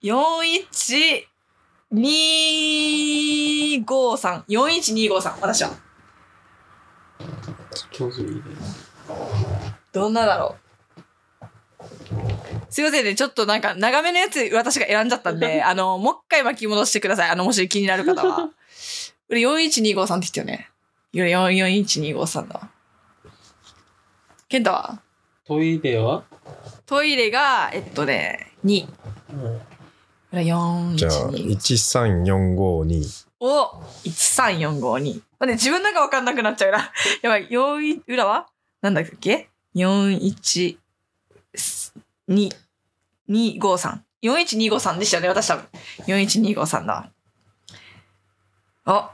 B: 四一二五三四一二五三私は
A: 上手いいね
B: どんなだろう。すいませんね、ちょっとなんか長めのやつ私が選んじゃったんで、あの、もう一回巻き戻してください。あの、もし気になる方は。これ41253って言ったよね。41253だわ。ケンタは
A: トイレは、
B: トイレが、えっとね、2。これ
C: じゃあ
B: 412。
C: 13452
B: を、13452。まあね、自分なんかわかんなくなっちゃうな。 やばい、41、裏はなんだっけ ?41、2、2、5、3。41253でしたよね、私多分。41253だ。あ、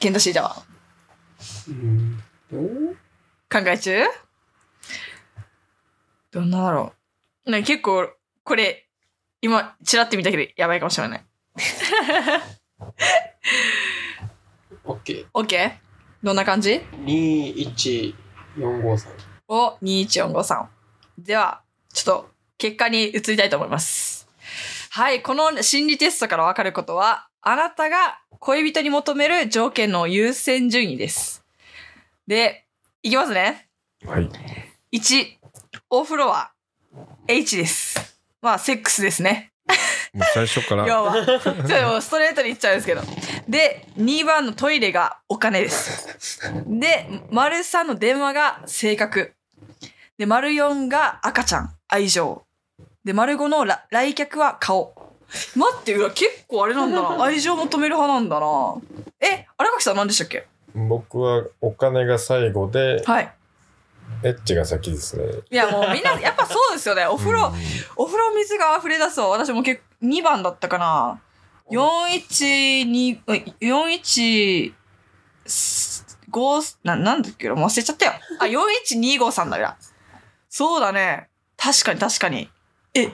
B: ケントシーだわ。
A: うん、うん
B: 考え中どんなだろう。ね、結構、これ、今、チラって見たけど、やばいかもしれない。
A: オッケー。
B: OK? どんな感じ
A: 二一四五三。
B: を21453。では、ちょっと結果に移りたいと思います。はい、この心理テストからわかることは、あなたが恋人に求める条件の優先順位です。で、いきますね。
C: はい
B: 1、お風呂は H です。まあ、セックスですね。
C: もう最初から
B: 要は。ちょっともうストレートに言っちゃうんですけど。で、2番のトイレがお金です。で、丸3の電話が性格。で、丸4が赤ちゃん、愛情。で、丸5のら来客は顔。待って、うわ、結構あれなんだ な。愛情求める派なんだな。え、荒垣さん何でしたっけ
C: 僕はお金が最後で
B: はい。
C: エッチが先ですね
B: いや、もうみんな、やっぱそうですよね。お
C: お
B: 風呂、お風呂水が溢れ出すわ。私も結構、2番だったかな。412、415、な、なんだっけな忘れちゃったよ。あ、41253だよな。そうだね。確かに確かに。え、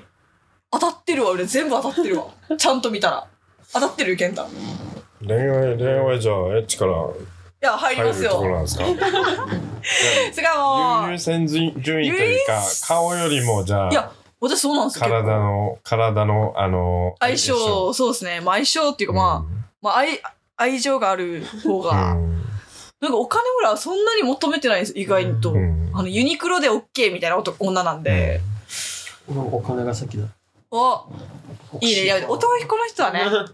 B: 当たってるわ。俺全部当たってるわ。ちゃんと見たら。当たってる健太。い
C: 恋愛恋愛じゃあエッチから
B: や、入りま
C: 入
B: す
C: るところ
B: よ。
C: なんで すかいや
B: すがも
C: 優
B: う、
C: 先順位というか
B: 優先
C: 顔よりもじゃ
B: い
C: あ
B: や、私そうなんですよ。
C: 体
B: 結構
C: の体のあの
B: 相性、そうですね。まあ相性っていうかまあ、まあ、愛愛情がある方が
C: あ
B: なんかお金ほら、そんなに求めてないんです、意外と。
C: うん
B: あの、ユニクロで OK みたいな男女なんで。
A: お金が先だ。
B: お、いいね。いや、男引っこの人は ね。確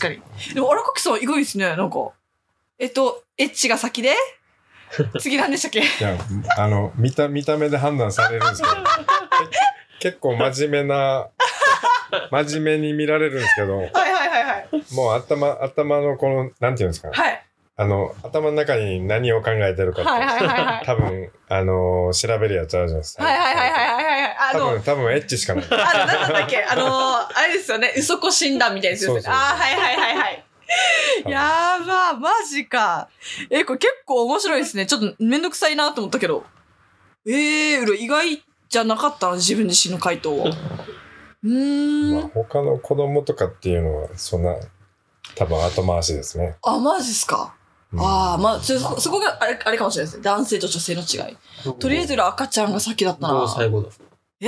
B: かに。でも、荒垣さん、意外ですね、なんか。えっと、エッチが 先で次何でしたっけ
C: いや、あの、見た、見た目で判断されるんですけ ど、け結構真面目な、真面目に見られるんですけど、
B: はいはいはいはい。
C: もう頭、頭のこの、なんていうんですか、
B: はい。
C: あの、頭の中に何を考えてるかって、
B: はいはいはいはい。
C: 多分、あのー調べるやつあるじゃないですか。
B: はいはいはいはいはいはい。あ
C: 多
B: の、
C: 分、多分エッチしかない。
B: あの、なんだっけ、あのー、あれですよね、嘘子診断みたいなやつですよね。
C: そうそうそう
B: ああ、はいはいはいはい。やば、マジか。え、これ結構面白いですね。ちょっとめんどくさいなと思ったけど。ええー、意外じゃなかったな自分自身の回答は。う
C: ま
B: ー
C: あ
B: ん。
C: 他の子供とかっていうのは、そんな、多分後回しですね。
B: あ、マジっすか。
C: うん
B: ああ、まあ、そそそこがあれあれかもしれないですね。男性と女性の違い。とりあえず俺赤ちゃんが先だったな。
A: 5最後だ。
B: え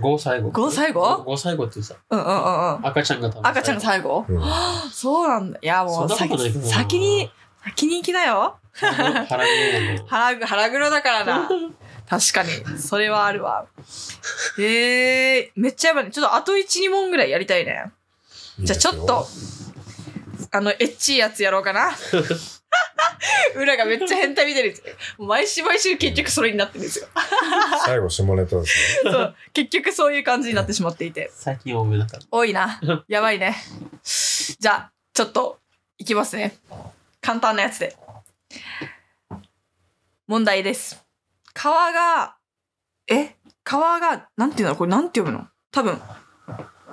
A: ?5 最後。
B: 五最後
A: ?5 最後ってさ、
B: うんうんうんうん。
A: 赤ちゃんが多分
B: 赤ちゃんが最後
C: うん
B: そうなんだ。いや、もう
A: そんなことないけど
B: 先
A: な
B: 先に、先に行きなよ。
A: 腹に入れるの
B: 腹ぐ、腹黒だから な。確かに。それはあるわ。へえー、めっちゃやばいね。ちょっとあと1、2問ぐらいやりたいね。じゃあちょっと。、あの、エッチいやつやろうかな。 裏がめっちゃ変態見てるやつ。毎週毎週結局それになってるんですよ。
C: 最後、下ネタ です
B: そう結局そういう感じになってしまっていて。
A: 最近多めだから。
B: 多いな。やばいね。じゃあ、ちょっと、いきますね。簡単なやつで。問題です。川が、え川が、なんていうのこれなんて読むの多分、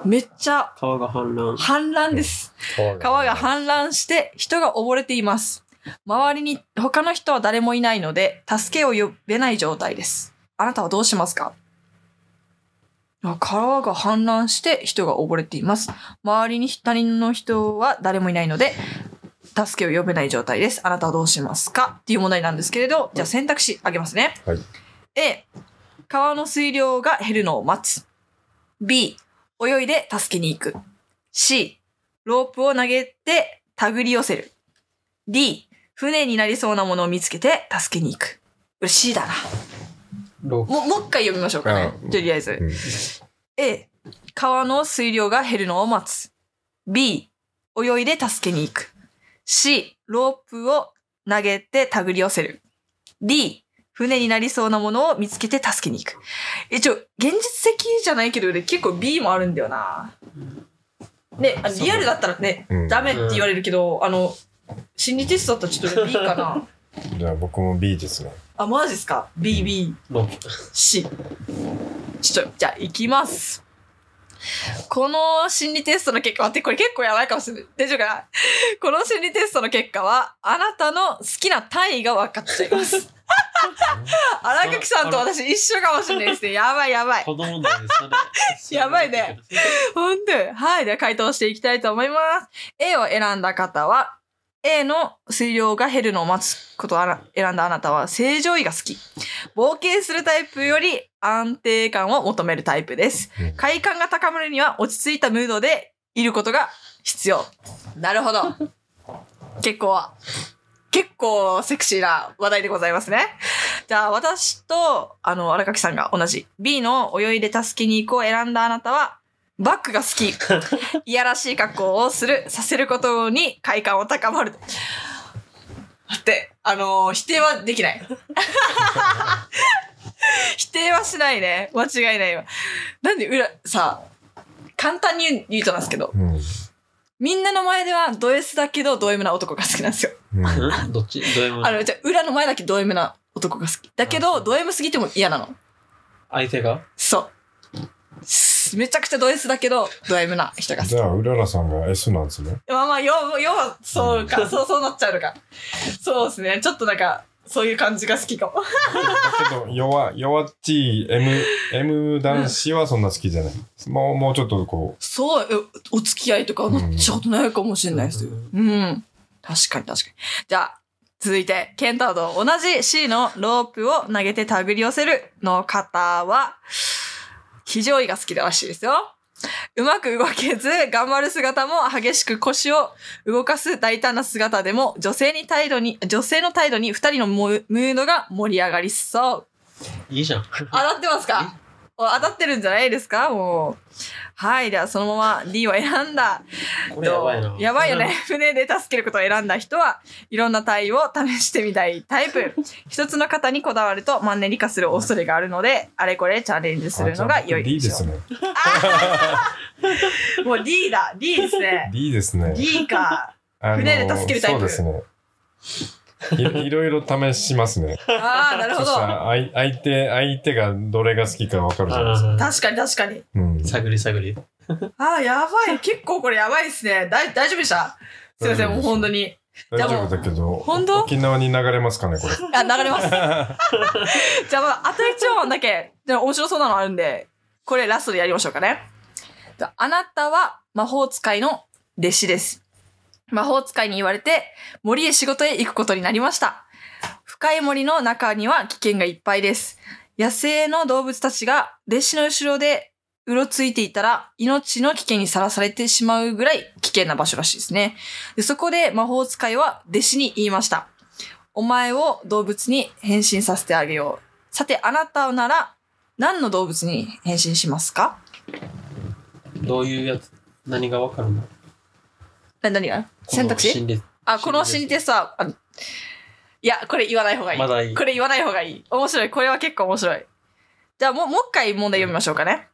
B: めっちゃ
A: 川が氾濫。
B: 氾濫です。
C: ね。
B: 川が氾濫して人が溺れています。周りに他の人は誰もいないので、助けを呼べない状態です。あなたはどうしますかあ川が氾濫して人が溺れています。周りに他人の人は誰もいないので、助けを呼べない状態です。あなたはどうしますかっていう問題なんですけれど、じゃあ選択肢あげますね。
C: はい
B: A、川の水量が減るのを待つ。B、泳いで助けに行く。C、ロープを投げて手繰り寄せる。D、船になりそうなものを見つけて助けに行く。これ C だな。
A: ロープ
B: もう、もう一回読みましょうかね
C: う。ん
B: とりあえず。
C: うん
B: A、川の水量が減るのを待つ。B、泳いで助けに行く。C、ロープを投げて手繰り寄せる。D、船になりそうなものを見つけて助けに行く。一応、現実的じゃないけど、俺結構 B もあるんだよな。ね、あのリアルだったらね、
C: うん
B: ダメって言われるけど、あの、心理テストだったらちょっと俺 B か な。
C: じゃあ僕も B ですね。
B: あ、マジですか ?B、B。
A: ロープ。
B: し。ちょっと、じゃあ、行きます。この心理テストの結果、待って、これ結構やばいかもしれない。大丈夫かなこの心理テストの結果は、あなたの好きな単位が分かっちゃいます。荒垣さんと私一緒かもしれないですね。やばいやばい。
A: 子供なんでそれ。
B: やばいね。 ほんで、はい。では回答していきたいと思います。A を選んだ方は、A の水量が減るのを待つことをあら選んだあなたは正常位が好き。冒険するタイプより安定感を求めるタイプです
C: うん。
B: 快感が高まるには落ち着いたムードでいることが必要。なるほど。結構、結構セクシーな話題でございますね。じゃあ、私と、あの、荒垣さんが同じ。B の泳いで助けに行こうを選んだあなたは、バックが好き。いやらしい格好をする、させることに快感を高まる。だって、あのー否定はできない。 否定はしないね。間違いないわ。なんで、裏、さ、簡単に言う言うとなんですけど、
C: うん。
B: みんなの前ではド S だけどド M な男が好きなんですよ。
C: うん
A: うんどっちどういうも
B: あ
A: の
B: の、じゃあ裏の前だけド M な男が好き。だけど、ド M すぎても嫌なの。
A: 相手が
B: そう。すめちゃくちゃド S だけど、ド M な人が好き
C: じ。ゃあ、うららさんが S なんですね。
B: まあまあ、よう、よう、そう か、そう、そうなっちゃうのか。そうですね。ちょっとなんか、そういう感じが好きかも。
C: けど、弱、弱っちい M、M 男子はそんな好きじゃない。もう、もうちょっとこ
B: そう、えお付き合いとかなっちゃうことないかもしれないですよ。うん。確かに確かに。じゃあ、続いて、ケンタと同じ C のロープを投げて手繰り寄せるの方は、非常位が好きらしいですよ。うまく動けず、頑張る姿も激しく腰を動かす大胆な姿でも、女性に態度に、女性の態度に二人のムームードが盛り上がりそう。
A: いいじゃん。
B: 当たってますかお当たってるんじゃないですかもう。はい。では、そのまま D を選んだ。
A: これやばいな。
B: やばいよね。。船で助けることを選んだ人はいろんな体位を試してみたいタイプ。一つの型にこだわるとマンネリ化する恐れがあるので、あれこれチャレンジするのが良い
C: い
B: で
C: い
B: し
C: で
B: ょ
C: すね。
B: う。もう D だ。D ですね。
C: いいですね。
B: D か。
C: あの
B: 船で助けるタイプ
C: そうですね。いい ろいろ試しますね。
B: ああ、なる
C: そ
B: ほ
C: した
B: ど。
C: らあい相手、相手がどれが好きかわかるじゃないですか。
A: あ
B: 確かに確かに。
C: う
A: ー
C: ん。
A: 探り探り。
B: ああ、やばい。結構これやばいですね。だい大丈夫でしたすいません、もう本当に。
C: 大丈夫だけど、
B: 本当
C: 沖縄に流れますかね、これ。
B: あ、流れます。じゃあ、まあ、あと一問だけ、でも面白そうなのあるんで、これラストでやりましょうかね。じゃああなたは魔法使いの弟子です。魔法使いに言われて、森へ仕事へ行くことになりました。深い森の中には危険がいっぱいです。野生の動物たちが弟子の後ろでうろついていたら命の危険にさらされてしまうぐらい危険な場所らしいですね。でそこで魔法使いは弟子に言いました。お前を動物に変身させてあげよう。さて、あなたなら何の動物に変身しますか
A: どういうやつ何がわかるの
B: な何が選択肢あ、この心理テストは、あのいや、これ言わない方がいい。
A: まだいい
B: これ言わない方がいい。面白い。これは結構面白い。じゃあ、もう、もう一回問題読みましょうかね。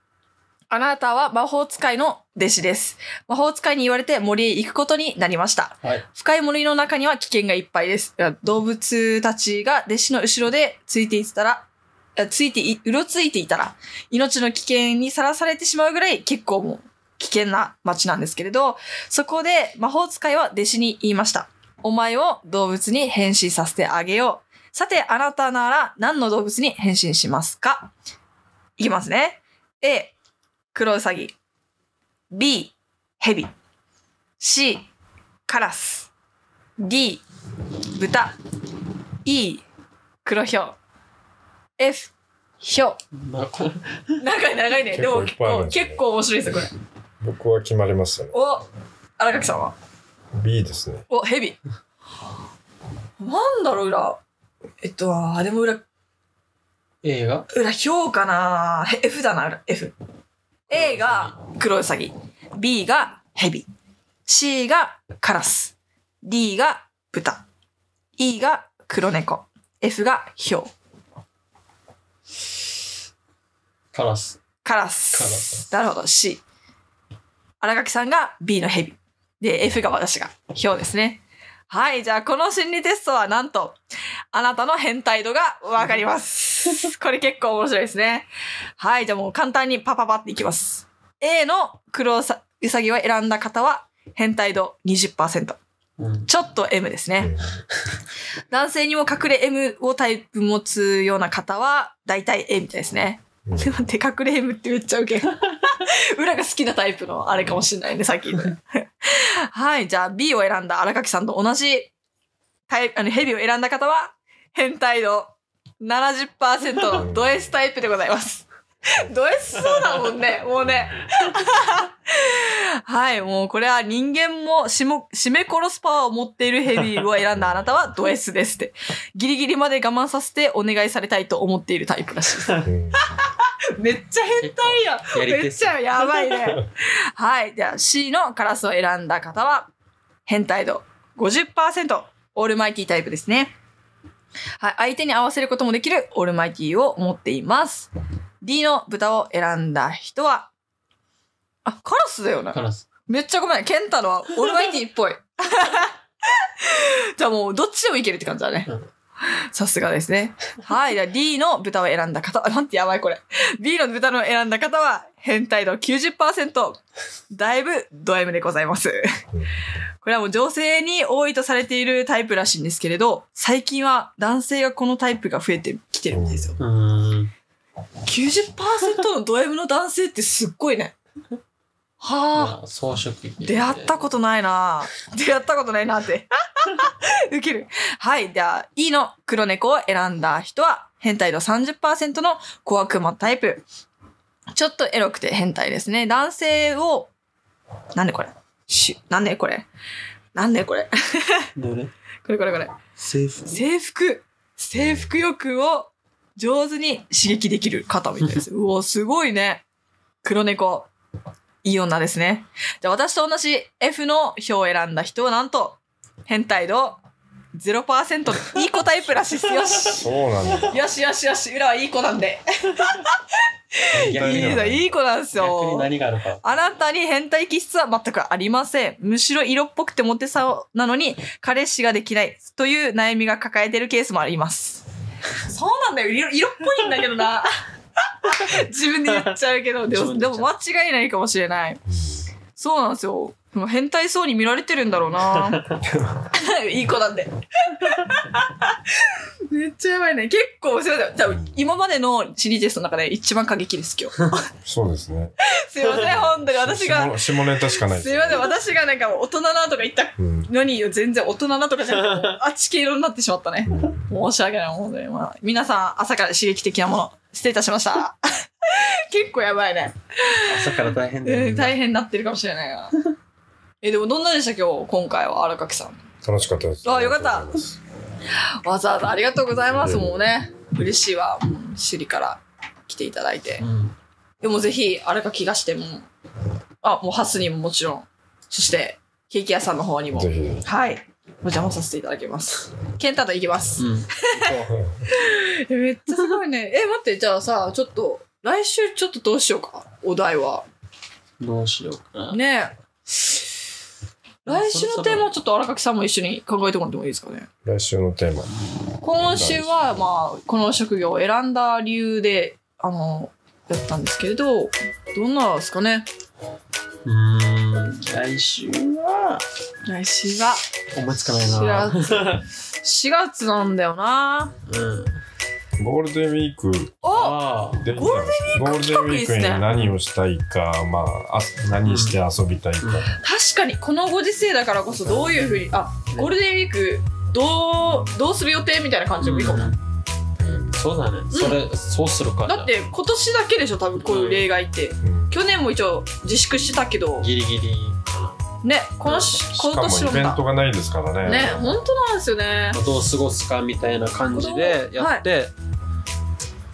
B: あなたは魔法使いの弟子です。魔法使いに言われて森へ行くことになりました。
A: はい。
B: 深い森の中には危険がいっぱいです。いや動物たちが弟子の後ろでついていたら、いやついてい、うろついていたら、命の危険にさらされてしまうぐらい結構もう危険な街なんですけれど、そこで魔法使いは弟子に言いました。お前を動物に変身させてあげよう。さて、あなたなら何の動物に変身しますかいきますね。A、黒ウサギ。B、ヘビ。C、カラス。D 豚 E 黒ひょう F ひょ
A: まあこれ
B: う長い長いねでも結
C: 結構いっぱいあ
B: 構
C: るんですね
B: 結構面白いですよこれ
C: 僕は決まりましたね。
B: お荒垣さんは
C: B ですね。
B: おヘビなんだろう裏えっとあでも裏
A: A が
B: 裏ひょうかなへ F だな裏 FA が黒ウサギ B がヘビ C がカラス D が豚 E が黒猫 F がひょう
A: カラス。
B: カラ
A: カラ
B: ス。
A: ス
B: なるほど、C。荒垣さんが B のヘビ。で、F が私が、ヒョウですね。はい、じゃあこの心理テストはなんと、あなたの変態度がわかります。 これ結構面白いですね。はい、じゃあもう簡単にパパパっていきます。A の黒うさうさぎを選んだ方は、変態度20%。
A: うん。
B: ちょっと M ですね。 男性にも隠れ M をタイプ持つような方は、大体 A みたいですね。
C: うん
B: でも、デカクレームって言っちゃうけど。 裏が好きなタイプのあれかもしれないね、さっきの。 はい、じゃあ B を選んだ荒垣さんと同じタイプ、あの、ヘビを選んだ方は、変態度70%ド S タイプでございます。ド S そうだもんね、もうね。はい、もうこれは人間もしも締め殺すパワーを持っているヘビーを選んだあなたはド S ですって。 ギリギリまで我慢させてお願いされたいと思っているタイプらしいです。
C: うん
B: めっちゃ変態や
A: やり
B: め
A: 手
B: っ
A: っす
B: ちゃやばいね。 はい。では C のカラスを選んだ方は、変態度50%、オールマイティタイプですね。はい。相手に合わせることもできるオールマイティを持っています。D の豚を選んだ人は、あ、カラスだよね
A: カ。ラス。
B: めっちゃごめん。ケン タのはオールマイティっぽい。 じゃあもうどっちでもいけるって感じだね
A: うん。
B: さすがですね。はい。じゃあ D の豚を選んだ方、あ、なんてやばいこれ。B の豚の選んだ方は、変態度90%。だいぶド M でございます。これはもう女性に多いとされているタイプらしいんですけれど、最近は男性がこのタイプが増えてきてるみたいですよ。
A: うーん。
B: 90%のド M の男性ってすっごいね。はあ。
A: まあ装飾品。
B: 出会ったことないなぁ出会ったことないなってウケるはいでは E の黒猫を選んだ人は変態度30%の小悪魔タイプちょっとエロくて変態ですね。男性を、なんでこれしなんでこれなんでこれ
A: どれ
B: これこれこれ。
A: 制服
B: 制服制服欲を上手に刺激できる方みたいです。うお、すごいね。黒猫。いい女ですね。じゃあ私と同じ F の表を選んだ人はなんと、変態度0%でいい子タイプらしいっす。よし。
C: そうなんだ。
B: よしよしよし。裏はいい子なんで。い
C: 逆に
B: いのいい子なんですよ。
A: 逆に何があるか
B: あなたに変態気質は全くありません。むしろ色っぽくてモテそうなのに、彼氏ができないという悩みが抱えてるケースもあります。そうなんだよ。色色っぽいんだけど な。自分で言っちゃうけど、で
A: 自
B: も
A: 分
B: で
A: で言っ
B: も
A: ちゃ
B: 間違いないかもしれない。そうなんですよ。でも変態そうに見られてるんだろう な。いい子なん で。めっちゃやばいね。結構、すいません。多分今までのシリーズの中で一番過激です、今日。
C: そうですね。
B: すいません、本当に私が。
C: 下下ネタしかないです
B: すいません、私がなんか大人なとか言った
C: うん。
B: のに、全然大人なとかじゃなくて、あっち系色になってしまったね
C: う。ん
B: 申し訳ない、本当に。まあ、皆さん、朝から刺激的なもの、失礼いたしま した。結構やばいね。
A: 朝から大変だよ
B: う
A: ね
B: ん大変になってるかもしれないが。え、でもどんなでした今日、今回は荒垣さん。
C: 楽しかったです。
B: あよかった
C: ありがとうございます
B: わざわざありがとうございます、もうね。嬉しいわ、うん首里から来ていただいて
A: う。ん
B: でもぜひ、荒垣がしても、あ、もうハスにももちろん、そして、ケーキ屋さんの方にも。
C: ぜひ。
B: はい。お邪魔させていただきます。健太と行きます。
A: うん
B: えめっちゃすごいね。 え、待って、じゃあさ、ちょっと、来週ちょっとどうしようか、お題は。
A: どうしようかな
B: ねえ。来週のテーマをちょっと荒垣さんも一緒に考えてもらってもいいですかね。
C: 来週のテーマ。
B: 今週は、まあ、この職業を選んだ理由で、あの、やったんですけれど、どんなですかね。
A: うーん来週は
B: 来週は、
A: 思いつかないな
B: 4月。4月なんだよな。
A: うん
C: ゴールデンウィーク
B: お
A: あ
C: で
B: ゴ
C: ゴ
B: ー
C: ー
B: ル
C: ル
B: デ
C: デ
B: ン
C: ン
B: ウ
C: ウ
B: ィーク企画
C: ィーク
B: いいっすね
C: に何をしたいか、まあ、あ何して遊びたいか。
B: 確かにこのご時世だからこそどういうふうにあゴールデンウィークどうどうする予定みたいな感じでもいいかも、だ
A: うんそうだねそれそうするかじゃあ
B: って今年だけでしょ多分こういう例外って
C: うん
B: 去年も一応自粛してたけど
A: ギリギリか
B: ねこのし
C: し
B: 今
C: かも
B: 年
C: イベント
B: も
C: がないですから
B: だ
C: ね。
B: ね本当なんですよね
A: などう過ごすかみたいな感じでやって、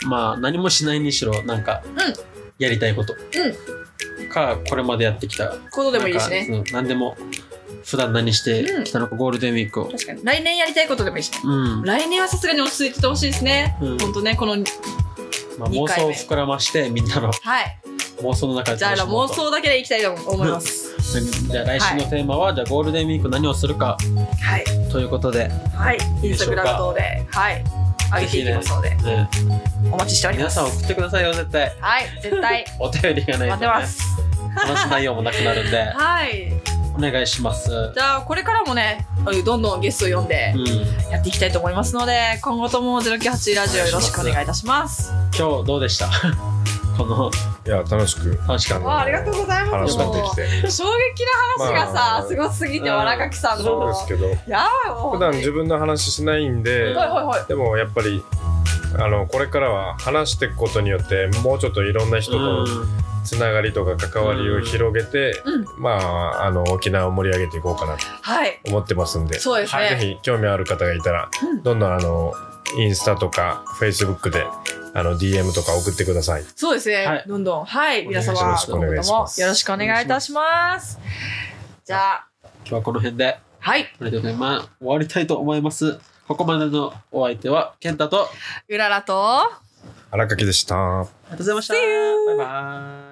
A: まあ何もしないにしろなんか、やりたいこと、かこれまでやってきた
B: ことでもいいですね
A: なんかうん何でも普段何してきたのか、ゴールデンウィークを
B: 確かに来年やりたいことでもいいしね
A: うん、
B: 来年はさすがに落ち着いててほしいですね、
A: うん
B: ほんとねこのはい
A: まあ、
B: 二
A: 妄
B: 回
A: 想
B: 目
A: を膨らましてみんなの妄想の中で
B: じゃあ
A: 楽しもう
B: 妄
A: と
B: 想だけでいきたいと思います、
A: じゃあ来週のテーマは、じゃあゴールデンウィーク何をするか
B: はい
A: ということで、
B: はいイ
A: い
B: ン
A: で
B: ス
A: しょ
B: タグ
A: うか
B: ラム等ではい上げていきますので、
A: ね、
B: お待ちしておりま
A: 皆
B: す
A: さん送ってくださいよ絶対
B: はい絶対
A: お便りがないと、ね、
B: 待ってます
A: 話す内容もなくなるんで
B: はい。
A: お願いします
B: じゃあ、これからもね、どんどんゲストを呼んで
A: うん、今
B: やっていきたいと思いますので、今後とも098ラジオよろしくお願いいたします。
A: 日どうでした この
C: いや、楽しく
A: 楽しかっ
B: わあ、ありがとうございま
C: 話
B: す。
C: が
B: も
C: できて。
B: う衝撃な話がさ、
C: まあ
B: すごすぎて、
A: うん
B: わらかきさんの。
C: そうですけど、
B: やばいもう。
C: 普段自分の話しないんで、
B: はいはいはい。
C: でもやっぱり、あの、これからは話していくことによって、もうちょっといろんな人
A: た、うん
C: とつながりとか関わりを広げて、
B: うん。
C: まあ、あの、沖縄を盛り上げていこうかなと
B: はい。
C: 思ってますんで、
B: そうですね。
C: ぜひ興味ある方がいたら、
B: うん
C: どんどんあの、インスタとか、フェイスブックで、あの、DM とか送ってください。
B: そうですね、
A: はい
B: どんどん。はい。皆様、
C: よろしく
B: 今
C: お
B: 後とも
C: 願いします
B: よろしくお願いいたします。じゃあ、
A: 今日はこの辺で
B: はい。
A: それではまあ終わりたいと思いますここまでのお相手は健太とあり
B: うららと、
C: 荒垣でした。
A: がとうございました
B: See you
A: バイバイ